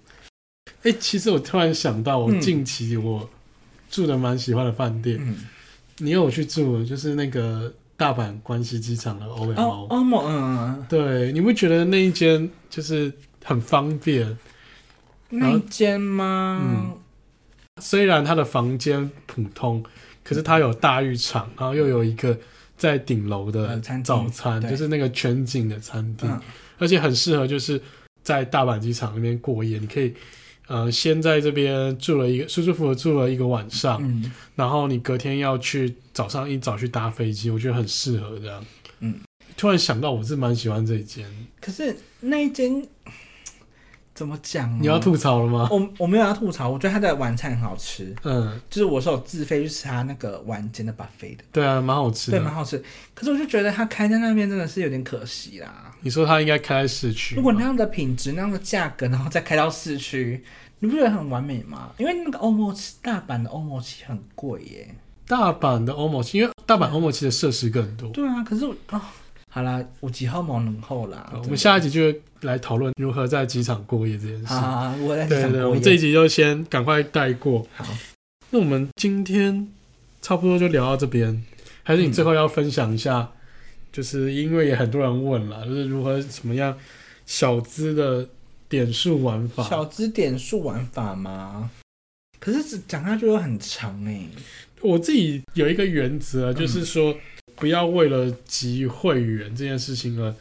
Speaker 1: 哎、其实我突然想到，我
Speaker 2: 嗯
Speaker 1: 近期我住的蛮喜欢的饭店，
Speaker 2: 嗯，
Speaker 1: 你有去住，就是那个大阪关西机场的欧阳
Speaker 2: 哦
Speaker 1: 猫。，
Speaker 2: 欧盟，嗯，
Speaker 1: 对，你不觉得那一间就是很方便？
Speaker 2: 那一间吗？
Speaker 1: 嗯虽然它的房间普通，可是它有大浴场，然后又有一个在顶楼的
Speaker 2: 呃餐厅
Speaker 1: 早餐，
Speaker 2: 对
Speaker 1: 就是那个全景的餐厅，
Speaker 2: 嗯
Speaker 1: 而且很适合就是在大阪机场那边过夜。你可以呃先在这边住了一个舒舒服服住了一个晚上，
Speaker 2: 嗯
Speaker 1: 然后你隔天要去早上一早去搭飞机，我觉得很适合这样。
Speaker 2: 嗯，
Speaker 1: 突然想到，我是蛮喜欢这一间。
Speaker 2: 可是那一间怎么讲、啊
Speaker 1: 你要？吐槽了吗？
Speaker 2: 我我没有要吐槽，我觉得他的晚餐很好吃，
Speaker 1: 嗯，
Speaker 2: 就是我是有自费去吃他那个晚间的 buffet 的，
Speaker 1: 对啊，蛮好吃
Speaker 2: 对，蛮
Speaker 1: 的。
Speaker 2: 好吃。可是我就觉得他开在那边真的是有点可惜啦。
Speaker 1: 你说它应该开在市区吗，
Speaker 2: 如果那样的品质、那样的价格，然后再开到市区，你不觉得很完美吗？因为那个欧莫奇，大阪的欧莫奇很贵耶。
Speaker 1: 大阪的欧某奇，因为大阪欧某奇的设施更多。
Speaker 2: 对啊，可是我哦，好啦，有几号毛能后啦
Speaker 1: 好。哦我们下一集就会来讨论如何在机场过夜这件事。
Speaker 2: 好好，好啊我在
Speaker 1: 对
Speaker 2: 想
Speaker 1: 对对，我
Speaker 2: 过
Speaker 1: 们这一
Speaker 2: 夜。
Speaker 1: 集就先赶快带过。
Speaker 2: 好，
Speaker 1: 那我们今天差不多就聊到这边，还是你最后要分享一下，就是因为也很多人问了，就是如何怎么样小资的点数玩法
Speaker 2: 小。资点数玩法吗？可是只讲下去又很长哎。
Speaker 1: 我自己有一个原则啊，就是说不要为了集会员这件事情而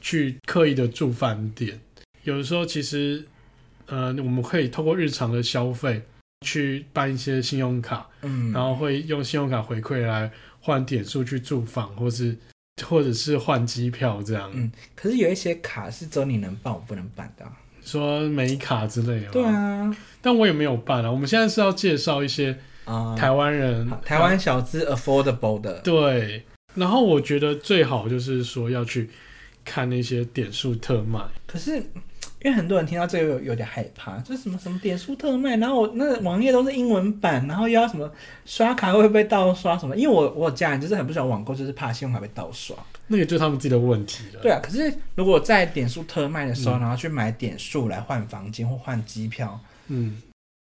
Speaker 1: 去刻意的住饭店。有的时候其实，呃，我们可以透过日常的消费去办一些信用卡，
Speaker 2: 嗯，
Speaker 1: 然后会用信用卡回馈来换点数去住房，或是或者是换机票这样，
Speaker 2: 嗯可是有一些卡是只有你能办，我不能办的啊。
Speaker 1: 说美卡之类的。
Speaker 2: 对，啊，
Speaker 1: 但我也没有办啊。我们现在是要介绍一些
Speaker 2: 啊，
Speaker 1: 台湾人
Speaker 2: 好，台湾小资 affordable 的，
Speaker 1: 对，然后我觉得最好就是说要去看那些点数特卖，
Speaker 2: 可是因为很多人听到这个有有点害怕，就是什么什么点数特卖，然后我那网页都是英文版，然后又要什么刷卡会不会盗刷什么？因为我我家人就是很不喜欢网购，就是怕信用卡被盗刷。
Speaker 1: 那个就是他们自己的问题了。
Speaker 2: 对啊，可是如果在点数特卖的时候，然后去买点数来换房间或换机票，
Speaker 1: 嗯，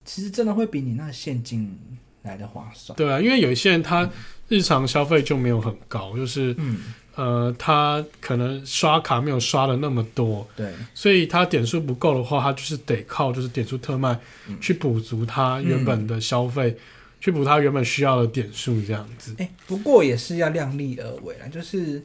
Speaker 2: 其实真的会比你那个现金来的划算。
Speaker 1: 对啊，因为有一些人他日常消费就没有很高，就是
Speaker 2: 嗯，
Speaker 1: 呃，他可能刷卡没有刷的那么多，
Speaker 2: 对，
Speaker 1: 所以他点数不够的话，他就是得靠就是点数特卖
Speaker 2: 嗯
Speaker 1: 去补足他原本的消费，去补他原本需要的点数这样子。
Speaker 2: 哎，不过也是要量力而为啦，就是。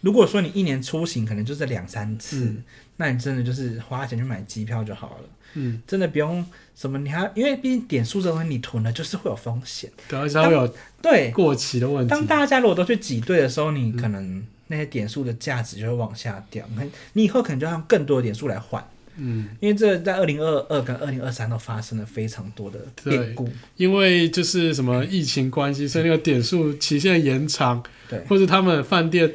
Speaker 2: 如果说你一年出行可能就是两三次，
Speaker 1: 嗯
Speaker 2: 那你真的就是花钱去买机票就好了。
Speaker 1: 嗯，
Speaker 2: 真的不用什么，你还因为毕竟点数这种东西你囤了就是会有风险。
Speaker 1: 对，而且他会有
Speaker 2: 对，
Speaker 1: 过期的问题。
Speaker 2: 当大家如果都去挤兑的时候，你可能那些点数的价值就会往下掉，你看你以后可能就要用更多的点数来换，
Speaker 1: 嗯。
Speaker 2: 因为这在二零二二跟二零二三都发生了非常多的变故。
Speaker 1: 因为就是什么疫情关系，所以那个点数期限延长，
Speaker 2: 对，
Speaker 1: 或者他们饭店，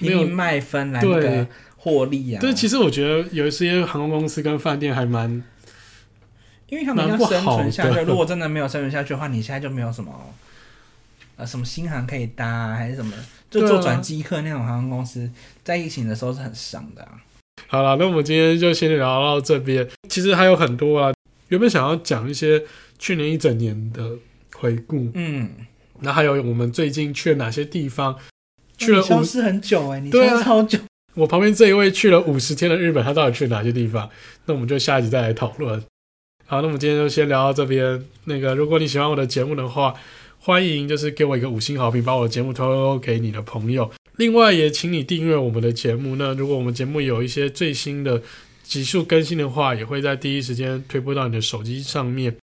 Speaker 1: 没
Speaker 2: 拼
Speaker 1: 有
Speaker 2: 命卖分来那个
Speaker 1: 对
Speaker 2: 获利啊。
Speaker 1: 但其实我觉得有一些航空公司跟饭店还蛮，
Speaker 2: 因为他们要
Speaker 1: 蛮不
Speaker 2: 生
Speaker 1: 好
Speaker 2: 存下去，
Speaker 1: 的
Speaker 2: 如果真的没有生存下去的话，你现在就没有什么呃什么新航可以搭、啊，还是什么就
Speaker 1: 对啊
Speaker 2: 做转机客那种航空公司，在疫情的时候是很伤的、啊。
Speaker 1: 好了，那我们今天就先聊到这边。其实还有很多啊，原本想要讲一些去年一整年的回顾，
Speaker 2: 嗯，
Speaker 1: 那还有我们最近去了哪些地方。去了
Speaker 2: 你消
Speaker 1: 五，
Speaker 2: 失很久哎、你消
Speaker 1: 啊对啊
Speaker 2: 失好久。
Speaker 1: 我旁边这一位去了五十天的日本，他到底去了哪些地方？那我们就下一集再来讨论。好，那我们今天就先聊到这边。那个，如果你喜欢我的节目的话，欢迎就是给我一个五星好评，把我的节目推播给你的朋友。另外，也请你订阅我们的节目。那如果我们节目有一些最新的集数更新的话，也会在第一时间推播到你的手机上面。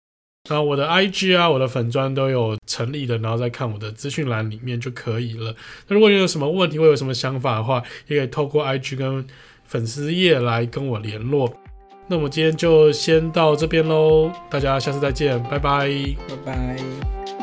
Speaker 1: 然后我的 IG 啊，我的粉砖都有成立的，然后再看我的资讯栏里面就可以了。那如果你有什么问题或有什么想法的话，也可以透过 IG 跟粉丝页来跟我联络。那我们今天就先到这边喽，大家下次再见，拜拜。
Speaker 2: 拜拜。